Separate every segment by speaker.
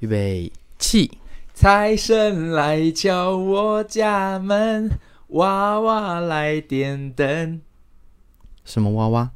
Speaker 1: 预备起！
Speaker 2: 财神来敲我家门，娃娃来点灯。
Speaker 1: 什么娃娃？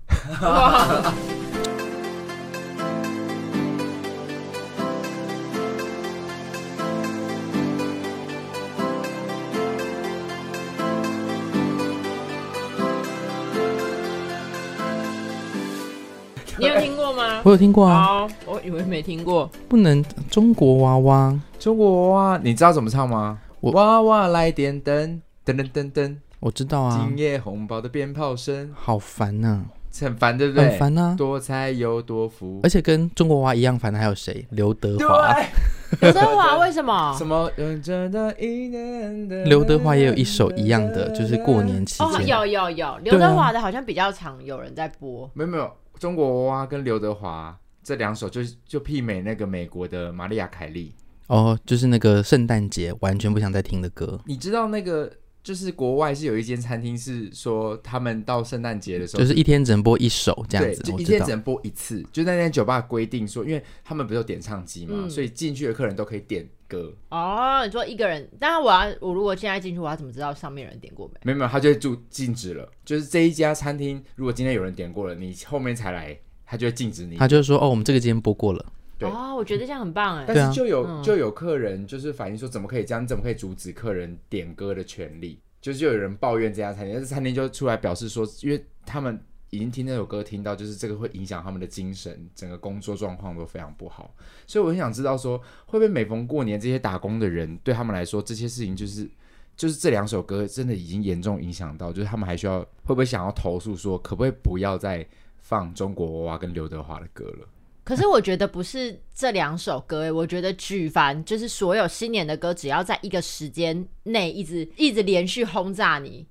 Speaker 3: 你有听过 吗？
Speaker 1: 我有听过啊，
Speaker 3: 哦，我以为没听过。
Speaker 1: 不能中国娃娃，
Speaker 2: 中国娃娃，你知道怎么唱吗？
Speaker 1: 我
Speaker 2: 娃娃来点灯，噔噔噔噔，
Speaker 1: 我知道啊
Speaker 2: 今，夜红包的鞭炮声，
Speaker 1: 好烦呐、
Speaker 2: 很烦，对不对？
Speaker 1: 很烦呐、
Speaker 2: 多才又多福
Speaker 1: 而。且跟中国娃娃一样烦的还有谁？刘德
Speaker 2: 对，
Speaker 1: 华，
Speaker 3: 刘德华为什么
Speaker 2: 什？么认真的一年的
Speaker 1: 刘德华也有一首一样的，就是过年期
Speaker 3: 哦，
Speaker 1: 间。
Speaker 3: 有有有，刘德华的好像比较常有人在播。
Speaker 2: 没有没有，中国娃娃跟刘德华这两首就就媲美那个美国的玛利亚凯莉。
Speaker 1: 哦，就是那个圣诞节完全不想再听的歌，
Speaker 2: 你知道那个就是国外是有一间餐厅是说他们到圣诞节的时候
Speaker 1: 就是一天只能播一首这样
Speaker 2: 对，
Speaker 1: 子，
Speaker 2: 就
Speaker 1: 我
Speaker 2: 一
Speaker 1: 知
Speaker 2: 天
Speaker 1: 道
Speaker 2: 只。能播一次。就那间酒吧规定说，因为他们不是有点唱机嘛，
Speaker 3: 嗯
Speaker 2: 所以进去的客人都可以点歌。
Speaker 3: 哦，你说一个人，但我要我如果现在进去，我要怎么知道上面有人点过没？
Speaker 2: 没有没有，他就会注禁止了。就是这一家餐厅，如果今天有人点过了，你后面才来，他就会禁止你。
Speaker 1: 他就是说，哦，我们这个今天播过了，
Speaker 2: 对
Speaker 3: 哦，我觉得这样很棒哎。
Speaker 1: 对啊
Speaker 2: 但是就有、
Speaker 3: 嗯
Speaker 2: 就有客人就是反映说，怎么可以这样？你怎么可以阻止客人点歌的权利？就是就有人抱怨这家餐厅，但是餐厅就出来表示说，因为他们已经听这首歌听到，就是这个会影响他们的精神，整个工作状况都非常不好。所以我很想知道说，会不会每逢过年这些打工的人，对他们来说这些事情就是。就是这两首歌真的已经严重影响到，就是他们还需要会不会想要投诉说，可不可以不要再放中国娃娃跟刘德华的歌了？
Speaker 3: 可是我觉得不是这两首歌哎，我觉得举凡就是所有新年的歌，只要在一个时间内一直一直连续轰炸你，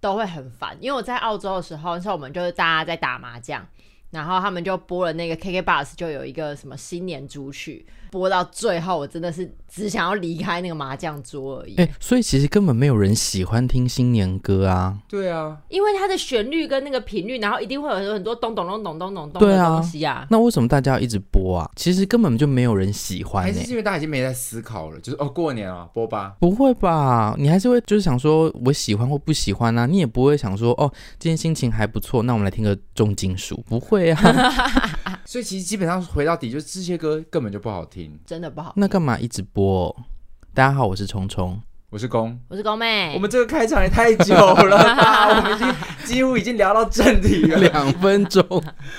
Speaker 3: 都会很烦。因为我在澳洲的时候，那时候我们就是大家在打麻将，然后他们就播了那个 KK Bus，就有一个什么新年主曲，播到最后，我真的是只想要离开那个麻将桌而已。
Speaker 2: 嗯
Speaker 1: 哎、所以其实根本没有人喜欢听新年歌啊。
Speaker 2: 对啊，
Speaker 3: 因为它的旋律跟那个频率，然后一定会有很多咚咚咚咚咚咚咚
Speaker 1: 对
Speaker 3: 的
Speaker 1: 啊
Speaker 3: 东西啊。
Speaker 1: 那为什么大家要一直播啊？其实根本就没有人喜欢
Speaker 2: 还
Speaker 1: 呢、
Speaker 2: 是是因为大家已经没在思考了，就是哦，过年啊，播吧。
Speaker 1: 不会吧？你还是会就是想说我喜欢或不喜欢啊，你也不会想说哦，今天心情还不错，那我们来听个重金属。不会啊，
Speaker 2: 所以其实基本上回到底，就是这些歌根本就不好听。
Speaker 3: 真的不好。
Speaker 2: 嗯
Speaker 1: 那干嘛一直播？大家好，我是虫虫。
Speaker 2: 我是公，
Speaker 3: 我是高妹，
Speaker 2: 我们这个开场也太久了 吧，我们已经几乎已经聊到正题了。
Speaker 1: 两分 钟，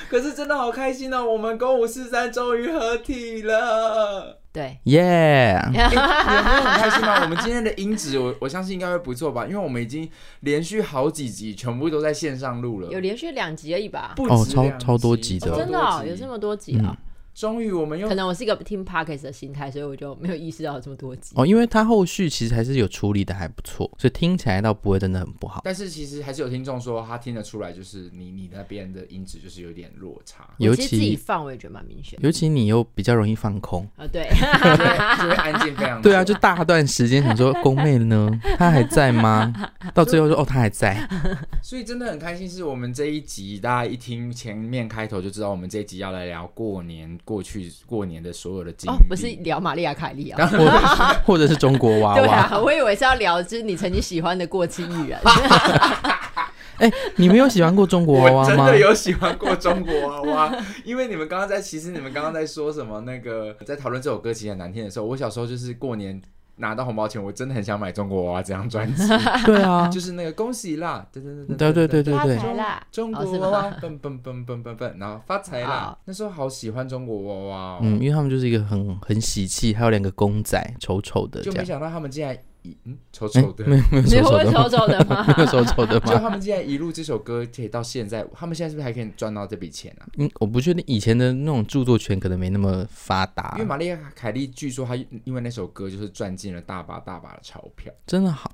Speaker 2: 可是真的好开心哦，我们公五四三终于合体 了，
Speaker 3: 对
Speaker 1: 耶、
Speaker 2: 欸、你们没有很开心吗？我们今天的音质，我我相信应该会不错吧，因为我们已经连续好几集全部都在线上录了
Speaker 3: 有，连续两集而已吧？
Speaker 2: 不
Speaker 1: 哦
Speaker 2: 止
Speaker 1: 超
Speaker 2: 两
Speaker 1: 超多集的
Speaker 3: 哦
Speaker 2: 超多
Speaker 3: 真的哦、
Speaker 2: 集嗯
Speaker 3: 有这么多集啊、
Speaker 2: 终于我们又
Speaker 3: 可能我是一个听 podcast 的心态，所以我就没有意识到有这么多集。
Speaker 1: 哦，因为它后续其实还是有处理的还不错，所以听起来倒不会真的很不好，，
Speaker 2: 但是其实还是有听众说，他听得出来，就是你你那边的音质就是有点落差
Speaker 3: 我
Speaker 1: 尤
Speaker 3: 其实自己
Speaker 1: 其
Speaker 3: 放我也觉得蛮明显的。
Speaker 1: 尤其你又比较容易放空。
Speaker 3: 啊，对，
Speaker 2: 就会就会安静非常多。
Speaker 1: 对啊， 就大段时间想说宫妹呢，她还在吗？到最后说哦，她还在。
Speaker 2: 所以真的很开心，是我们这一集大家一听前面开头就知道，我们这一集要来聊过年过去过年的所有的经历。
Speaker 3: 哦，不是聊玛丽亚凯莉啊、
Speaker 1: 或者或者是中国娃
Speaker 3: 对
Speaker 1: 娃。
Speaker 3: 啊，我以为是要聊就是你曾经喜欢的过气艺人，
Speaker 1: 哎、 你没有喜欢过中国娃
Speaker 2: 我
Speaker 1: 娃
Speaker 2: 真
Speaker 1: 吗？
Speaker 2: 的有喜欢过中国娃娃，因为你们刚刚在，其实你们刚刚在说什么？那个在讨论这首歌其实很难听的时候，我小时候就是过年拿到红包钱，我真的很想买中国娃娃这张专 辑，
Speaker 1: 对 啊，
Speaker 2: 就是那个恭喜啦，对对对
Speaker 1: 对对对对
Speaker 3: 发
Speaker 1: 对，
Speaker 3: 财啦，
Speaker 2: 中
Speaker 3: 哦
Speaker 2: 国
Speaker 3: 是
Speaker 2: 娃
Speaker 3: 吗
Speaker 2: 娃蹦蹦蹦蹦蹦蹦，然后发财啦
Speaker 3: 好！
Speaker 2: 那时候好喜欢中国娃娃、哦，
Speaker 1: 嗯，因为他们就是一个很很喜气，还有两个公仔，丑丑的
Speaker 2: 就
Speaker 1: 这
Speaker 2: 没
Speaker 1: 样。
Speaker 2: 想到他们竟然一嗯丑
Speaker 1: 哎、
Speaker 2: 丑的，
Speaker 1: 没有没有
Speaker 3: 你
Speaker 1: 丑丑
Speaker 3: 会
Speaker 1: 的吗，
Speaker 3: 偷走的吗？
Speaker 1: 没有丑丑的
Speaker 2: 就
Speaker 1: 吗？
Speaker 2: 他们竟然一路这首歌可以到现在，他们现在是不是还可以赚到这笔钱啊？
Speaker 1: 嗯，我不确定以前的那种著作权可能没那么发达
Speaker 2: 因为，玛丽亚凯莉据说她因为那首歌就是赚进了大把大把的钞票。
Speaker 1: 真的好，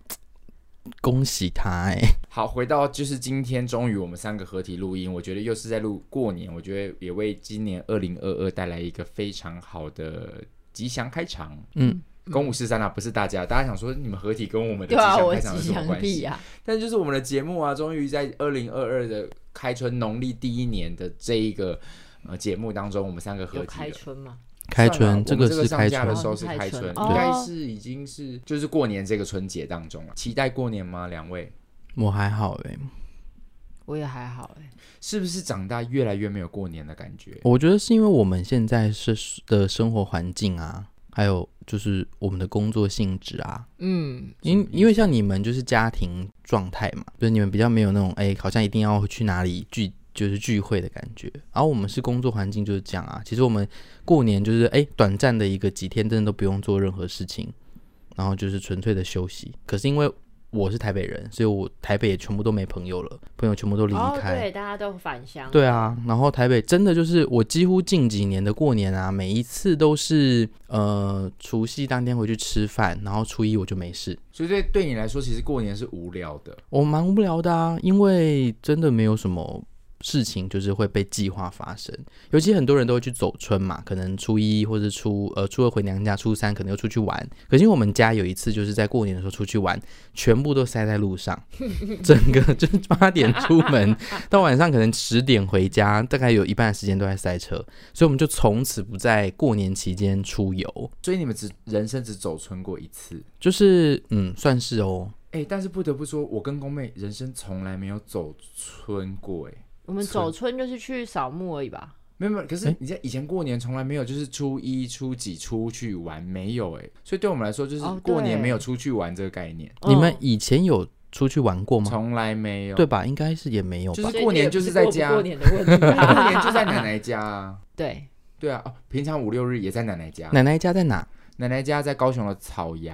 Speaker 1: 恭喜他哎、
Speaker 2: 好，回到就是今天，终于我们三个合体录音，我觉得又是在录过年，我觉得也为今年二零二二带来一个非常好的吉祥开场。
Speaker 1: 嗯，
Speaker 2: 公五十三啊，不是大家，大家想说你们合体跟我们的吉
Speaker 3: 对啊，
Speaker 2: 祥
Speaker 3: 我
Speaker 2: 开 场
Speaker 3: 吉
Speaker 2: 有什么
Speaker 3: 祥
Speaker 2: 关
Speaker 3: 屁
Speaker 2: 系？
Speaker 3: 啊，
Speaker 2: 但就是我们的节目啊，终于在二零二二的开春农历第一年的这一个呃节目当中，我们三个合
Speaker 3: 有
Speaker 2: 体
Speaker 3: 开
Speaker 2: 了。
Speaker 3: 春吗？
Speaker 1: 开
Speaker 2: 算
Speaker 1: 春，
Speaker 2: 了我
Speaker 1: 这
Speaker 2: 们
Speaker 1: 个
Speaker 2: 这
Speaker 1: 是
Speaker 2: 上
Speaker 1: 开
Speaker 2: 架的
Speaker 1: 春
Speaker 2: 时，候是
Speaker 4: 开
Speaker 2: 开
Speaker 4: 春
Speaker 2: 春，
Speaker 4: 哦
Speaker 2: 应该是已经是就是过年这个春节当中了。期待过年吗？两位
Speaker 1: 我还好哎、
Speaker 4: 我也还好哎、
Speaker 2: 是不是长大越来越没有过年的感觉？
Speaker 1: 我觉得是因为我们现在是的生活环境啊，还有就是我们的工作性质啊，
Speaker 4: 嗯，
Speaker 1: 因因为像你们就是家庭状态嘛，就是你们比较没有那种哎、好像一定要去哪里聚，就是聚会的感觉。然后我们是工作环境就是这样啊。其实我们过年就是哎、短暂的一个几天，真的都不用做任何事情，然后就是纯粹的休息。可是因为我是台北人，所以我台北也全部都没朋友了，朋友全部都离
Speaker 4: 哦，
Speaker 1: 开。
Speaker 4: 对，大家都返乡，
Speaker 1: 对啊，然后台北真的就是我几乎近几年的过年啊，每一次都是呃除夕当天回去吃饭，然后初一我就没事。
Speaker 2: 所以对对你来说，其实过年是无聊的。
Speaker 1: 我蛮无聊的啊，因为真的没有什么事情就是会被计划发生。尤其很多人都会去走春嘛，可能初一或者初呃初二回娘家，初三可能又出去玩。可是因为我们家有一次就是在过年的时候出去玩，全部都塞在路上，整个就是八点出门到晚上可能十点回家，大概有一半的时间都在塞车，所以我们就从此不在过年期间出游。
Speaker 2: 所以你们只人生只走春过一次。
Speaker 1: 就是嗯，算是哦，
Speaker 2: 哎、但是不得不说，我跟宫妹人生从来没有走春过、哎，
Speaker 4: 我们走村就是去扫墓而已吧。
Speaker 2: 没有没有。可是你在以前过年从来没有，就是初一、初几出去玩没有、哎，所以对我们来说，就是
Speaker 4: 哦
Speaker 2: 过年
Speaker 4: 对
Speaker 2: 没有出去玩这个概念，
Speaker 1: 你们
Speaker 3: 哦
Speaker 4: 嗯
Speaker 1: 以前有出去玩过吗？
Speaker 2: 从来没有。
Speaker 1: 对吧？应该是也没有吧。
Speaker 2: 就是过年就是在家
Speaker 3: 哦所以这也不是过不过年的问题
Speaker 2: 过
Speaker 3: 啊。
Speaker 2: 年就在奶奶家啊。
Speaker 4: 对，
Speaker 2: 对啊，哦，平常五六日也在奶奶家。
Speaker 1: 奶奶家在哪？
Speaker 2: 奶奶家在高雄的草衙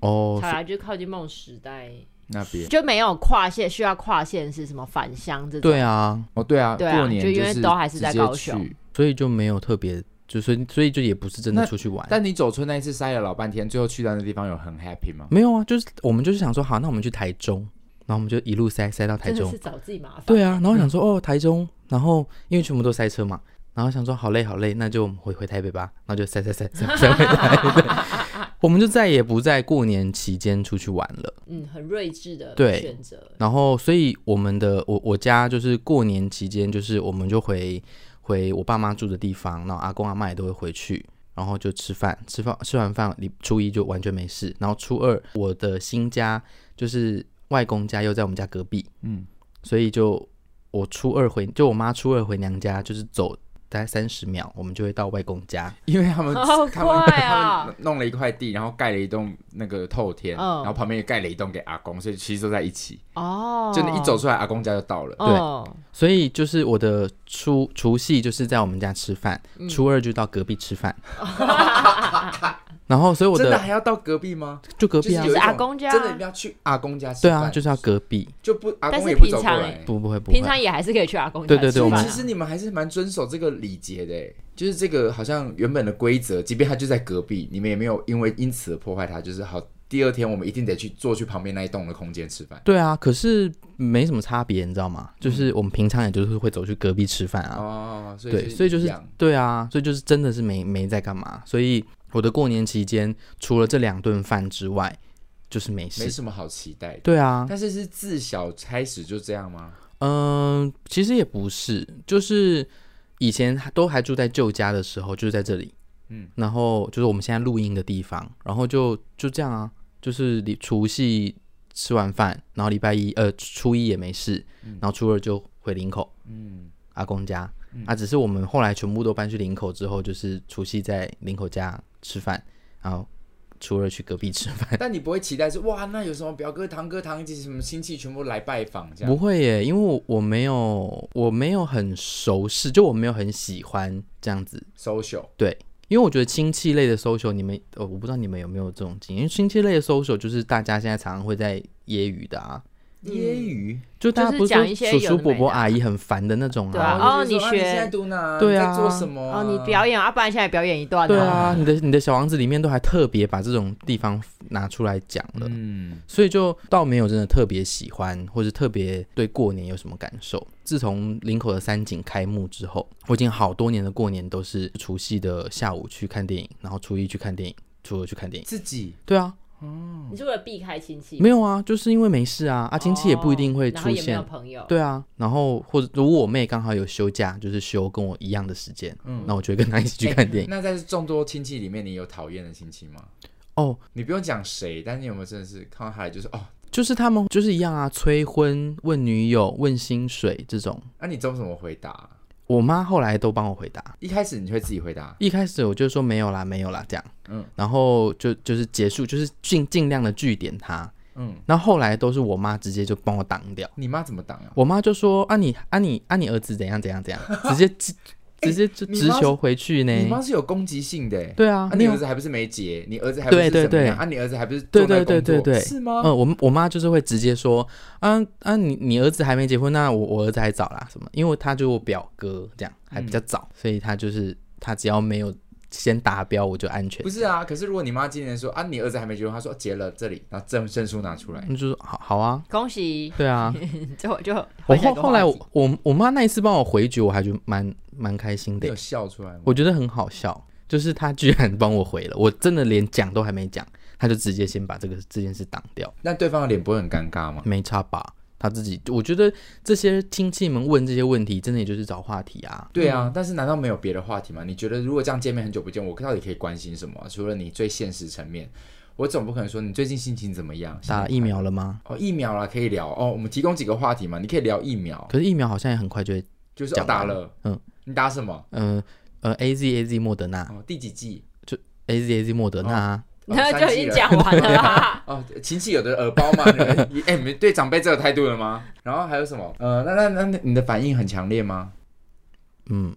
Speaker 1: 哦，
Speaker 4: 草芽就是靠近梦时代，
Speaker 2: 那边。
Speaker 4: 就没有跨线，需要跨线是什么返乡这种。
Speaker 1: 对啊，
Speaker 2: 哦，对啊，
Speaker 4: 对啊
Speaker 2: 过年
Speaker 4: 就因为
Speaker 2: 是
Speaker 4: 都还是在
Speaker 2: 直接
Speaker 4: 高雄
Speaker 2: 去。
Speaker 1: 所以就没有特别，就是所以就也不是真的
Speaker 2: 那
Speaker 1: 出去
Speaker 4: 哎
Speaker 1: 玩。
Speaker 2: 但你走村那一次塞了老半天，最后去到那地方有很 happy 吗？
Speaker 1: 没有啊，就是我们就是想说，好，那我们去台中，然后我们就一路塞塞到台
Speaker 3: 真的
Speaker 1: 中
Speaker 3: 是。找自己麻烦。
Speaker 1: 对啊，然后想说哦，台中，然后因为全部都塞车嘛，然后想说好累好累，那就我们回回台北吧，然后就塞塞塞塞塞回台北。 我们就再也不在过年期间出去玩了。
Speaker 3: 嗯，很睿智的
Speaker 1: 对
Speaker 3: 选择。
Speaker 1: 然后，所以我们的我我家就是过年期间，就是我们就回回我爸妈住的地方，然后阿公阿妈也都会回去，然后就吃饭，吃饭吃完饭，你初一就完全没事，然后初二我的新家就是外公家又在我们家隔壁，
Speaker 2: 嗯，
Speaker 1: 所以就我初二回，就我妈初二回娘家，就是走大概三十秒，我们就会到外公家，
Speaker 2: 因为 他们
Speaker 4: 好
Speaker 2: 他们
Speaker 4: 快
Speaker 2: 他
Speaker 4: 啊
Speaker 2: 们弄了一块地，然后盖了一栋那个透天，
Speaker 4: 嗯
Speaker 2: 然后旁边也盖了一栋给阿公，所以其实都在一起。
Speaker 4: 哦，
Speaker 2: 就你一走出来，阿公家就到了。
Speaker 4: 哦，
Speaker 1: 所以就是我的初除夕就是在我们家吃饭，
Speaker 4: 嗯
Speaker 1: 初二就到隔壁吃 饭，然后所以我
Speaker 2: 真的还要到隔壁吗？
Speaker 1: 就隔壁
Speaker 2: 就
Speaker 1: 啊
Speaker 2: 是有一，
Speaker 4: 是
Speaker 2: 种
Speaker 4: 阿公家啊
Speaker 2: 真的一定要去阿公家吃
Speaker 1: 对
Speaker 2: 饭。
Speaker 1: 啊，就是要隔壁，
Speaker 2: 就不阿
Speaker 4: 但
Speaker 2: 公
Speaker 4: 是
Speaker 2: 也不走过
Speaker 4: 平常
Speaker 2: 来。
Speaker 1: 不不会不
Speaker 4: 平常
Speaker 1: 会，
Speaker 4: 也还是可以去阿公家
Speaker 1: 对对对
Speaker 4: 吃
Speaker 1: 我
Speaker 2: 所
Speaker 1: 们
Speaker 4: 饭
Speaker 2: 以
Speaker 4: 啊
Speaker 2: 其实你们还是蛮遵守这个礼节的欸，就是这个好像原本的规则，即便它就在隔壁，你们也没有因为因此而破坏它。就是好，第二天我们一定得去坐去旁边那一栋的空间吃饭。
Speaker 1: 对啊，可是没什么差别，你知道吗？就是我们平常也就是会走去隔壁吃饭啊，
Speaker 2: 哦，所以
Speaker 1: 对，所以就
Speaker 2: 一
Speaker 1: 是
Speaker 2: 样
Speaker 1: 对啊，所以就是真的是没没在干嘛，所以我的过年期间除了这两顿饭之外，就是没
Speaker 2: 没
Speaker 1: 事，
Speaker 2: 什么好期待的。
Speaker 1: 对啊，
Speaker 2: 但是是自小开始就这样 吗？
Speaker 1: 嗯、其实也不是，就是以前还都还住在旧家的时候，就是在这里，
Speaker 2: 嗯
Speaker 1: 嗯，然后就是我们现在录音的地方，然后就就这样啊，就是礼除夕吃完饭，然后礼拜一呃初一也没事，然后初二就回林口
Speaker 2: 嗯，
Speaker 1: 阿公家，啊，只是我们后来全部都搬去林口之后，就是除夕在林口家吃饭，然后初二去隔壁吃饭。
Speaker 2: 但你不会期待是哇，那有什么表哥、堂哥、堂姐什么亲戚全部来拜访这样？
Speaker 1: 不会耶，因为我我没有我没有很熟识，就我没有很喜欢这样子。
Speaker 2: social
Speaker 1: 对，因为我觉得亲戚类的 social，你们呃，我不知道你们有没有这种经验。因为亲戚类的 social 就是大家现在常常会在揶揄的啊，
Speaker 2: 揶揄，
Speaker 1: 就
Speaker 4: 就
Speaker 1: 大家
Speaker 4: 是
Speaker 1: 不
Speaker 4: 讲
Speaker 1: 说
Speaker 4: 一些
Speaker 1: 叔
Speaker 4: 有的
Speaker 1: 叔
Speaker 4: 没
Speaker 1: 伯伯
Speaker 4: 的啊
Speaker 1: 阿姨很烦的那种
Speaker 4: 对啊
Speaker 1: 啊。
Speaker 2: 然后
Speaker 4: 哦
Speaker 2: 就说
Speaker 4: 你
Speaker 2: 啊
Speaker 4: 学
Speaker 2: 现在读哪？
Speaker 1: 对啊
Speaker 2: 你在做什么啊？
Speaker 4: 哦，你表演啊，不然现在表演一段啊
Speaker 1: 对啊，你的你的小王子里面都还特别把这种地方拿出来讲了，
Speaker 2: 嗯。
Speaker 1: 所以就倒没有真的特别喜欢，或是特别对过年有什么感受。自从林口的三井开幕之后，我已经好多年的过年都是除夕的下午去看电影，然后初一去看电影，初二去看电影。
Speaker 2: 自己
Speaker 1: 对啊，
Speaker 5: 你是为了避开亲戚？
Speaker 1: 没有啊，就是因为没事啊，啊，亲戚也不一定会
Speaker 5: 哦然后
Speaker 1: 出
Speaker 5: 也没
Speaker 1: 现
Speaker 5: 有。朋友，
Speaker 1: 对啊，然后或者如果我妹刚好有休假，就是休跟我一样的时间，
Speaker 2: 嗯
Speaker 1: 那我就会跟她一起去看 电影。
Speaker 2: 那在众多亲戚里面，你有讨厌的亲戚吗？
Speaker 1: 哦，
Speaker 2: 你不用讲谁，但你有没有真的是看到他来就是哦？
Speaker 1: 就是他们就是一样啊，催婚、问女友、问薪水这种，
Speaker 2: 那、啊你都怎么回答、啊
Speaker 1: 我妈后来都帮我回答。
Speaker 2: 一开始你会自己回答，
Speaker 1: 一开始我就说没有啦，没有啦这样，
Speaker 2: 嗯
Speaker 1: 嗯，然后就就是结束，就是尽尽量的据点她。
Speaker 2: 嗯，
Speaker 1: 那后来都是我妈直接就帮我挡掉，
Speaker 2: 你妈怎么挡啊？
Speaker 1: 我妈就说啊你啊你啊你儿子怎样怎样 怎样，直接直直接就
Speaker 2: 哎你
Speaker 1: 直
Speaker 2: 妈
Speaker 1: 球回去呢。
Speaker 2: 你妈是有攻击性的、欸，
Speaker 1: 对啊，
Speaker 2: 啊，你
Speaker 1: 有
Speaker 2: 儿子还不是没结，你儿子还不是
Speaker 1: 对对
Speaker 2: 怎么样
Speaker 1: 对
Speaker 2: 啊，你儿子还不是
Speaker 1: 对
Speaker 2: 重在
Speaker 1: 对对
Speaker 2: 工
Speaker 1: 对
Speaker 2: 作
Speaker 1: 对
Speaker 2: 是吗？
Speaker 1: 嗯，我们我妈就是会直接说，啊啊，你你儿子还没结婚，那我我儿子还早啦，什么？因为他就是我表哥，这样还比较早，
Speaker 2: 嗯
Speaker 1: 所以他就是他只要没有先达标，我就安全。
Speaker 2: 不是啊，可是如果你妈今年说啊，你儿子还没结婚，她说结了这里，然后证证书拿出来，
Speaker 1: 那就是好好啊，
Speaker 3: 恭喜，
Speaker 1: 对啊。
Speaker 3: 就我就
Speaker 1: 我
Speaker 3: 回想
Speaker 1: 后
Speaker 3: 一个
Speaker 1: 后来
Speaker 3: 话
Speaker 1: 我
Speaker 3: 题
Speaker 1: 我我妈那一次帮我回绝，我还觉得蛮蛮开心
Speaker 2: 你
Speaker 1: 的
Speaker 2: 有，笑出来吗？
Speaker 1: 我觉得很好笑，就是她居然帮我回了，我真的连讲都还没讲，她就直接先把这个这件事挡掉。
Speaker 2: 那对方的脸不会很尴尬吗？
Speaker 1: 没差吧？他自己，我觉得这些亲戚们问这些问题，真的也就是找话题啊。
Speaker 2: 对啊，但是难道没有别的话题吗？你觉得如果这样见面很久不见，我到底可以关心什么啊？除了你最现实层面，我总不可能说你最近心情怎么样？
Speaker 1: 打了疫苗了吗？
Speaker 2: 哦，疫苗啦，可以聊哦。我们提供几个话题嘛，你可以聊疫苗，
Speaker 1: 可是疫苗好像也很快就会，
Speaker 2: 就是、哦、
Speaker 1: 讲完
Speaker 2: 打了，
Speaker 1: 嗯，
Speaker 2: 你打什么？
Speaker 1: 呃呃，A Z A Z 莫德纳
Speaker 2: 哦，第几剂？
Speaker 1: ，A Z A Z 莫德纳啊，
Speaker 2: 哦
Speaker 5: 然后就已经。
Speaker 2: 三
Speaker 5: 讲完 了啊。
Speaker 2: 哦，亲戚有的耳包嘛，你 们你哎，你们对长辈这有态度了吗？然后还有什么？呃，那那那那你的反应很强烈吗？
Speaker 1: 嗯，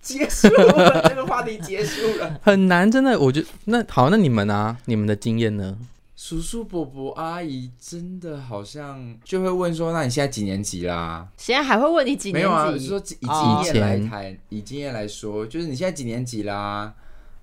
Speaker 2: 结束了， 这个话题结束了。
Speaker 1: 很难，真的。我觉得那好，那你们啊，你们的经验呢？
Speaker 2: 叔叔、伯伯、阿姨真的好像就会问说，那你现在几年级啦？
Speaker 3: 现在还会问你几
Speaker 2: 没
Speaker 3: 年
Speaker 2: 有啊，
Speaker 3: 级？
Speaker 2: 是说以经
Speaker 3: 哦
Speaker 2: 验来谈，以经验来说，就是你现在几年级啦？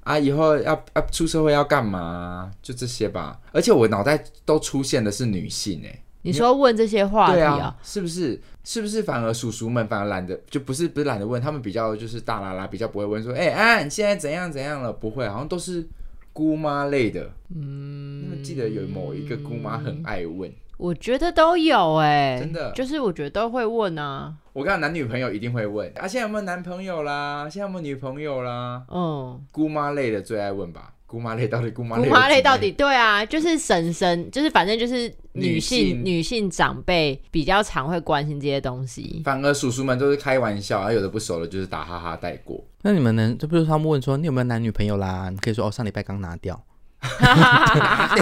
Speaker 2: 啊，以后要要出社会要干嘛？就这些吧。而且我脑袋都出现的是女性哎、
Speaker 3: 你说问这些话题
Speaker 2: 对啊，是不是？是不是反而叔叔们反而懒得，就不是不是懒得问，他们比较就是大啦啦，比较不会问说，哎、啊，你现在怎样怎样了？不会，好像都是姑妈类的。嗯，你们记得有某一个姑妈很爱问，
Speaker 3: 我觉得都有哎、
Speaker 2: 真的
Speaker 3: 就是我觉得都会问啊，
Speaker 2: 我跟你讲男女朋友一定会问，啊，现在有没有男朋友啦？现在有没有女朋友啦？
Speaker 3: 嗯，
Speaker 2: 姑妈类的最爱问吧？姑妈类到底姑妈
Speaker 3: 姑
Speaker 2: 类有
Speaker 3: 妈
Speaker 2: 几
Speaker 3: 类到
Speaker 2: 类
Speaker 3: 底对啊，就是婶婶，就是反正就是女性
Speaker 2: 女性
Speaker 3: 女性长辈比较常会关心这些东西。
Speaker 2: 反而叔叔们都是开玩笑，啊而有的不熟的就是打哈哈带 过。
Speaker 1: 那你们能，这不是他们问说你有没有男女朋友啦？你可以说哦，上礼拜刚拿掉，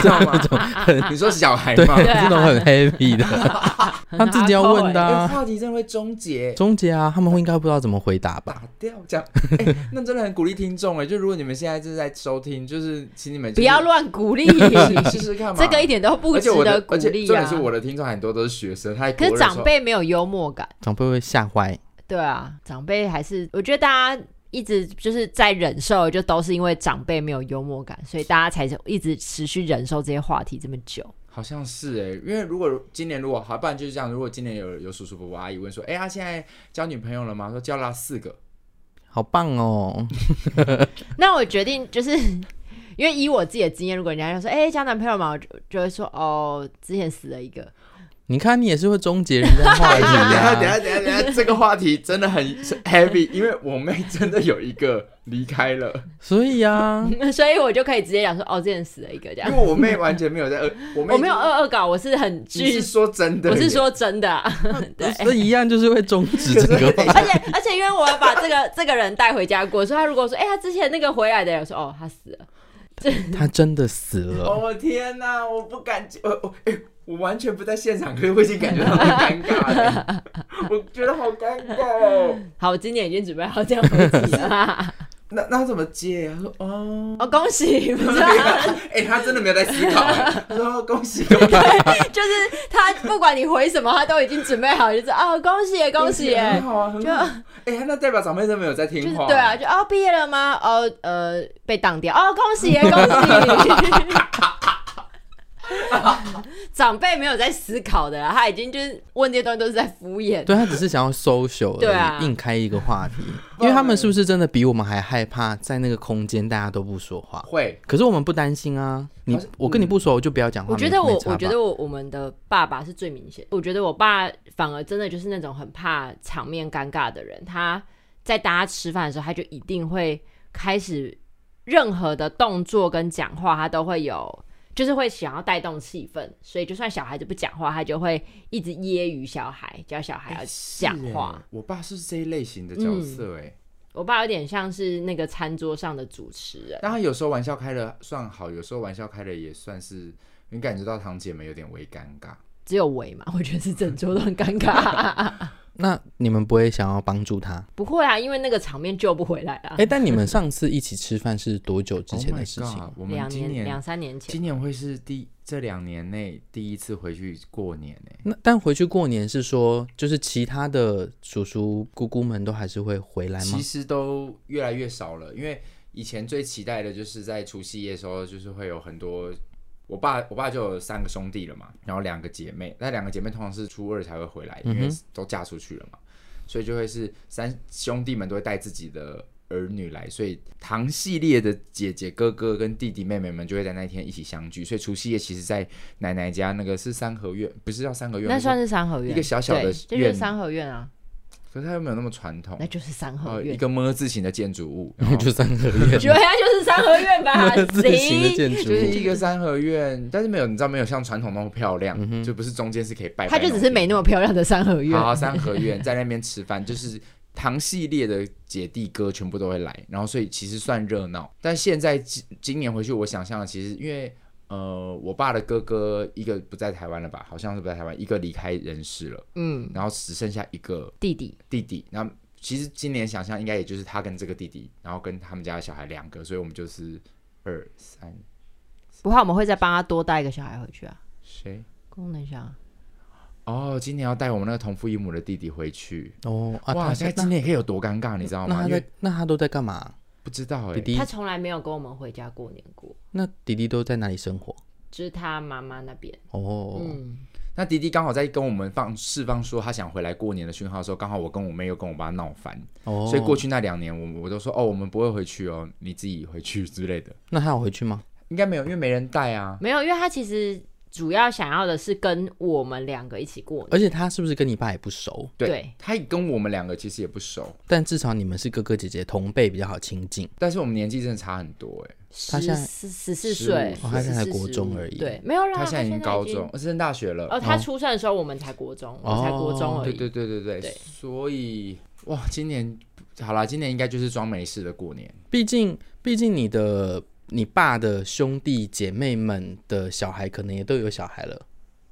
Speaker 2: 知道吗？ 你说小孩
Speaker 1: 对，
Speaker 2: 吗？
Speaker 1: 这种 很 happy 的，他自己要问的、
Speaker 2: 这
Speaker 1: 啊。
Speaker 2: 哎话题真的会终结。
Speaker 1: 终结啊，他们会应该不知道怎么回答吧？
Speaker 2: 打掉这样，哎、那真的很鼓励听众哎。就如果你们现在正在收听，就是请你们、
Speaker 3: 不要，乱鼓励，
Speaker 2: 试试看嘛。
Speaker 3: 这个一点都不
Speaker 2: 而且
Speaker 3: 值
Speaker 2: 我
Speaker 3: 得
Speaker 2: 的，
Speaker 3: 鼓
Speaker 2: 而且
Speaker 3: 励
Speaker 2: 重点
Speaker 3: 啊
Speaker 2: 是。我的听众很多都是学生，他还
Speaker 3: 可
Speaker 2: 国
Speaker 3: 是
Speaker 2: 二的时
Speaker 3: 长
Speaker 2: 候
Speaker 3: 辈没有幽默感，
Speaker 1: 长辈会吓坏。
Speaker 3: 对啊，长辈还是我觉得大家一直就是在忍受，就都是因为长辈没有幽默感，所以大家才一直持续忍受这些话题这么久。
Speaker 2: 好像是哎、因为如果今年如果好，不然就是这样。如果今年有有叔叔伯伯阿姨问说，哎、他现在交女朋友了吗？说交了四个，
Speaker 1: 好棒哦！
Speaker 3: 那我决定就是。 因为以我自己的经验，如果人家就说“哎、交男朋友嘛”，我就就会说“哦，之前死了一个
Speaker 1: 你看，你也是会终结人家话题 啊
Speaker 2: 等一下，等一
Speaker 1: 呀、
Speaker 2: 下，等一下，等一 下，这个话题真的很 heavy，因为我妹真的有一个离开了，
Speaker 1: 所以呀、啊，”，
Speaker 3: 所以我就可以直接讲说“哦，之前死了一个”这 样
Speaker 2: 因为。我妹完全没有在恶，我妹
Speaker 3: 我没有恶恶搞，我是很
Speaker 2: 你
Speaker 3: 具
Speaker 2: 是，说真的？
Speaker 3: 我是，说真的、啊。对，
Speaker 1: 这一样就是会终止这个话题。
Speaker 3: 而且而且因为我要把这个 这个人带回家过，所以他如果说“哎、他之前那个回来的人”，我说“哦，他死了
Speaker 1: 他真的死了，
Speaker 2: 我、哦天哪、我不敢，我我哎、我完全不在现场，可是我已经感觉到很尴尬了， 我觉得好尴尬哦。”。
Speaker 3: 好，我今年已经准备好这样回击了。
Speaker 2: 那那他怎么接？他说哦。
Speaker 3: 哦，恭 喜！不是啊
Speaker 2: 哎、他真的没有在思考、哎 他说恭喜恭喜，
Speaker 3: 就是他不管你回什么，他都已经准备好，就是哦，恭喜耶，恭喜耶
Speaker 2: 很。好啊，很
Speaker 3: 就
Speaker 2: 好。哎、那代表长辈真的没有在
Speaker 3: 就是
Speaker 2: 听话、
Speaker 3: 对啊，就哦毕业 了吗？哦呃被挡掉哦，恭喜耶恭喜！长辈没有在思考的啦，他已经就是问这些东西都是在敷衍。
Speaker 1: 对他只是想要 social
Speaker 3: 对
Speaker 1: 而
Speaker 3: 啊
Speaker 1: 已，硬开一个话题，因为他们是不是真的比我们还害怕在那个空间大家都不说话？
Speaker 2: 会
Speaker 1: 可是我们不担心啊，你
Speaker 2: 好像嗯
Speaker 1: 我跟你不熟，我就不要讲话。
Speaker 3: 我觉得
Speaker 1: 没
Speaker 3: 我
Speaker 1: 没，差吧
Speaker 3: 我觉得我我们的爸爸是最明显。我觉得我爸反而真的就是那种很怕场面尴尬的人。他在大家吃饭的时候，他就一定会开始任何的动作跟讲话，他都会有，就是会想要带动气氛。所以就算小孩子不讲话，他就会一直揶揄小孩，叫小孩要
Speaker 1: 哎
Speaker 3: 讲话。
Speaker 2: 哎
Speaker 3: 嗯
Speaker 2: 是欸我爸是这一类型的角色哎、欸
Speaker 3: 我爸有点像是那个餐桌上的主持人。
Speaker 2: 但他有时候玩笑开的算好，有时候玩笑开的也算是，你感觉到堂姐们有点微尴尬。
Speaker 3: 只有围嘛，我觉得是整桌都很尴尬。
Speaker 1: 那你们不会想要帮助他？
Speaker 3: 不会啊，因为那个场面救不回来啊
Speaker 1: 哎、。但你们上次一起吃饭是多久之前的事
Speaker 2: Oh
Speaker 1: 情
Speaker 2: my god，我
Speaker 3: 两
Speaker 2: 们今
Speaker 3: 年两
Speaker 2: 年
Speaker 3: 三年前，
Speaker 2: 今年会是第这两年内第一次回去过年哎、
Speaker 1: 那但回去过年是说，就是其他的叔叔姑姑们都还是会回来吗
Speaker 2: 其？实都越来越少了，因为以前最期待的就是在除夕夜的时候，就是会有很多。我爸，我爸就有三个兄弟了嘛，然后两个姐妹，那两个姐妹通常是初二才会回来，
Speaker 3: 嗯
Speaker 2: 因为都嫁出去了嘛，所以就会是三兄弟们都会带自己的儿女来，所以堂系列的姐姐、哥哥跟弟弟妹妹们就会在那一天一起相聚，所以除夕夜其实，在奶奶家那个是三合院，不是叫三合院，
Speaker 3: 那算
Speaker 2: 是，
Speaker 3: 是三合院，
Speaker 2: 一个小小的
Speaker 3: 对这就是
Speaker 2: 院
Speaker 3: 三合院啊，
Speaker 2: 可是它又没有那么传统
Speaker 3: 那，就是三合
Speaker 2: 呃，一
Speaker 3: 院。
Speaker 2: 个么字形的建筑物，然
Speaker 1: 然后
Speaker 2: 后
Speaker 1: 就三个月
Speaker 3: 觉得它就是三合院吧，
Speaker 1: 自行的
Speaker 3: 行，
Speaker 1: 建筑
Speaker 2: 就是
Speaker 1: 物。
Speaker 2: 一个三合院，但是没有，你知道没有像传统那么漂亮，就不是中间是可以拜拜
Speaker 3: 嗯它
Speaker 2: 种地
Speaker 3: 就
Speaker 2: 方。
Speaker 3: 只是没那么漂亮的三合院。
Speaker 2: 好三合院在那边吃饭，就是堂系列的姐弟哥全部都会来，然后所以其实算热闹。但现在今今年回去，我想象的其实因为呃，我爸的哥哥一个不在台湾了吧，好像是不在台湾，一个离开人世了，
Speaker 3: 嗯，
Speaker 2: 然后只剩下一个
Speaker 3: 弟弟，
Speaker 2: 弟弟。那其实今年想象应该也就是他跟这个弟弟，然后跟他们家的小孩两个，所以我们就是二三
Speaker 3: 不怕我们会再帮他多带一个小孩回去啊，
Speaker 2: 谁？
Speaker 3: 功能小孩。
Speaker 2: 哦，今年要带我们那个同父异母的弟弟回去，
Speaker 1: 哦啊，
Speaker 2: 哇！
Speaker 1: 他
Speaker 2: 现在今年也可以有多尴尬，你知道
Speaker 1: 那
Speaker 2: 吗？
Speaker 1: 他
Speaker 2: 因为
Speaker 1: 在那他都在干嘛？
Speaker 2: 不知道
Speaker 1: 弟
Speaker 2: 哎、
Speaker 1: 弟
Speaker 3: 他从来没有跟我们回家过年过，
Speaker 1: 那弟弟都在哪里生活？
Speaker 3: 就是他妈妈那边。
Speaker 1: 哦，
Speaker 3: 嗯，
Speaker 2: 那弟弟刚好在跟我们放释放说他想回来过年的讯号的时候，刚好我跟我妹又跟我爸闹翻，
Speaker 1: 哦，
Speaker 2: 所以过去那两年我我都说哦，我们不会回去哦，你自己回去之类的，
Speaker 1: 那他有回去吗？
Speaker 2: 应该没有，因为没人带啊。
Speaker 3: 没有，因为他其实主要想要的是跟我们两个一起过年。
Speaker 1: 而且他是不是跟你爸也不熟？
Speaker 2: 对，
Speaker 3: 对
Speaker 2: 他跟我们两个其实也不熟，
Speaker 1: 但至少你们是哥哥姐姐同辈比较好亲近。
Speaker 2: 但是我们年纪真的差很多哎、
Speaker 1: 他
Speaker 3: 十
Speaker 1: 现在
Speaker 3: 四十四
Speaker 2: 15
Speaker 3: 岁，
Speaker 1: 哦他现在才
Speaker 3: 14
Speaker 1: 国中
Speaker 3: 15
Speaker 1: 而已
Speaker 3: 对，没有啦，
Speaker 2: 他现在已经高
Speaker 3: 已经
Speaker 2: 中，甚至大学了。
Speaker 3: 哦，他出生的时候我们才国中，我才国中
Speaker 1: 哦
Speaker 3: 而
Speaker 2: 对
Speaker 3: 已。
Speaker 2: 对对对对，
Speaker 3: 对
Speaker 2: 所以哇，今年好啦，今年应该就是装没事的过年。
Speaker 1: 毕竟，毕竟你的你爸的兄弟姐妹们的小孩可能也都有小孩了，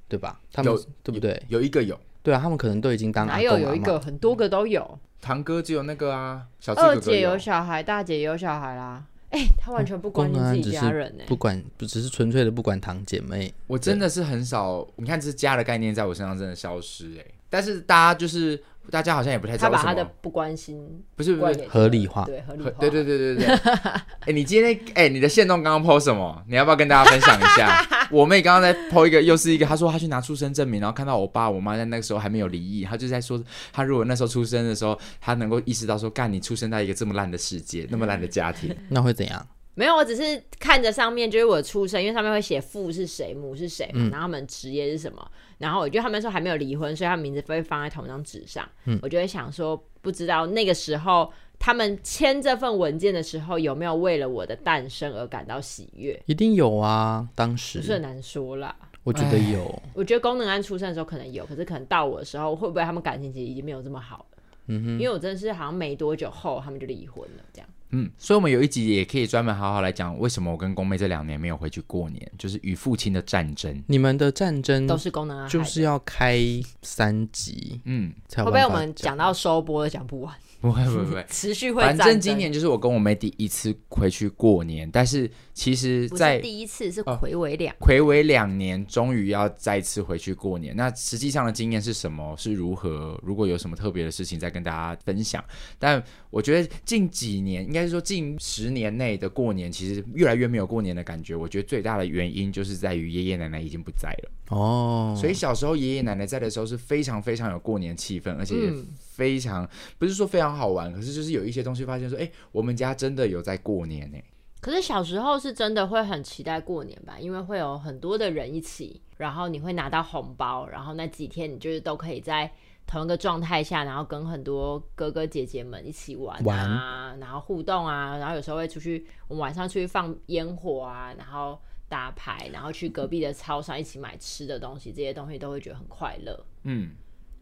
Speaker 1: 对吧？他们
Speaker 2: 有
Speaker 1: 对不对？
Speaker 2: 有一个有
Speaker 1: 对啊，他们可能都已经当阿
Speaker 3: 哪
Speaker 1: 公
Speaker 3: 有
Speaker 1: 阿
Speaker 3: 有一
Speaker 1: 嬷
Speaker 3: 个很多个都有，
Speaker 2: 堂哥只有那个啊，小智哥
Speaker 3: 二
Speaker 2: 哥
Speaker 3: 姐有小孩，大姐也有小孩啦。哎、他完全不关
Speaker 1: 公安
Speaker 3: 心自
Speaker 1: 只
Speaker 3: 己
Speaker 1: 是
Speaker 3: 家人欸呢、
Speaker 1: 不管，不只是纯粹的不管堂姐妹。
Speaker 2: 我真的是很少，你看这家的概念在我身上真的消失哎、但是大家就是大家好像也不太知
Speaker 3: 他
Speaker 2: 道为
Speaker 3: 把
Speaker 2: 什
Speaker 3: 他的
Speaker 2: 么，
Speaker 3: 不关心
Speaker 2: 不是不
Speaker 3: 怪
Speaker 2: 是，
Speaker 3: 给
Speaker 1: 合理化
Speaker 3: 对合理
Speaker 2: 和
Speaker 3: 化，
Speaker 2: 对对对对 对。哎、你今天哎、你的线动刚刚 PO 什么？你要不要跟大家分享一 下？我妹刚刚在 PO 一个，又是一个，她说她去拿出生证明，然后看到我爸我妈在那个时候还没有离异，她就在说，她如果那时候出生的时候，她能够意识到说，干你出生在一个这么烂的世界，那么烂的家
Speaker 3: 嗯
Speaker 2: 庭，
Speaker 1: 那会怎样？
Speaker 3: 没有，我只是看着上面就是我的出生，因为上面会写父是谁、母是谁嘛，然后他们职业是什么，然后我觉得他们说还没有离婚，所以他们名字会放在同张纸上。我就会想说，不知道那个时候他们签这份文件的时候，有没有为了我的诞生而感到喜悦？
Speaker 1: 一定有啊，当
Speaker 3: 不是哎
Speaker 1: 时
Speaker 3: 很难说啦。
Speaker 1: 我觉得有，
Speaker 3: 我觉得功能安出生的时候可能有，可是可能到我的时候，会不会他们感情其实已经没有这么好了？嗯因为我真的是好像没多久后他们就离婚了，这样。
Speaker 2: 嗯，所以我们有一集也可以专门好好来讲，为什么我跟宫妹这两年没有回去过年，就是与父亲的战争。
Speaker 1: 你们的战争
Speaker 3: 都是功能安害的，
Speaker 1: 就是要开三集
Speaker 2: 嗯，
Speaker 1: 才有
Speaker 3: 会不会
Speaker 1: 办
Speaker 3: 我
Speaker 1: 法
Speaker 3: 们
Speaker 1: 讲
Speaker 3: 讲到收播都讲不完？，
Speaker 2: 不会不会不会
Speaker 3: 持 续会
Speaker 2: 反
Speaker 3: 战
Speaker 2: 正今年就是我跟我妹第一次回去过年，但是其实
Speaker 3: 不
Speaker 2: 在
Speaker 3: 是第一次，是
Speaker 2: 哦
Speaker 3: 回违两。
Speaker 2: 暌违两年，终于要再次回去过年。那实际上的经验是什么？是如何？如果有什么特别的事情，再跟大家分享。但我觉得近几年，应该是说近十年内的过年，其实越来越没有过年的感觉。我觉得最大的原因就是在于爷爷奶奶已经不在了。
Speaker 1: 哦，
Speaker 2: 所以小时候爷爷奶奶在的时候是非常非常有过年气氛，而且也
Speaker 3: 嗯
Speaker 2: 非常、不是说非常好玩，可是就是有一些东西发现说，哎、我们家真的有在过年哎呢、
Speaker 6: 可是小时候是真的会很期待过年吧，因为会有很多的人一起，然后你会拿到红包，然后那几天你就是都可以在同一个状态下，然后跟很多哥哥姐姐们一起玩啊，然后互动啊，然后有时候会出去，我们晚上出去放烟火啊，然后打牌，然后去隔壁的超商一起买吃的东西，这些东西都会觉得很快乐。
Speaker 2: 嗯，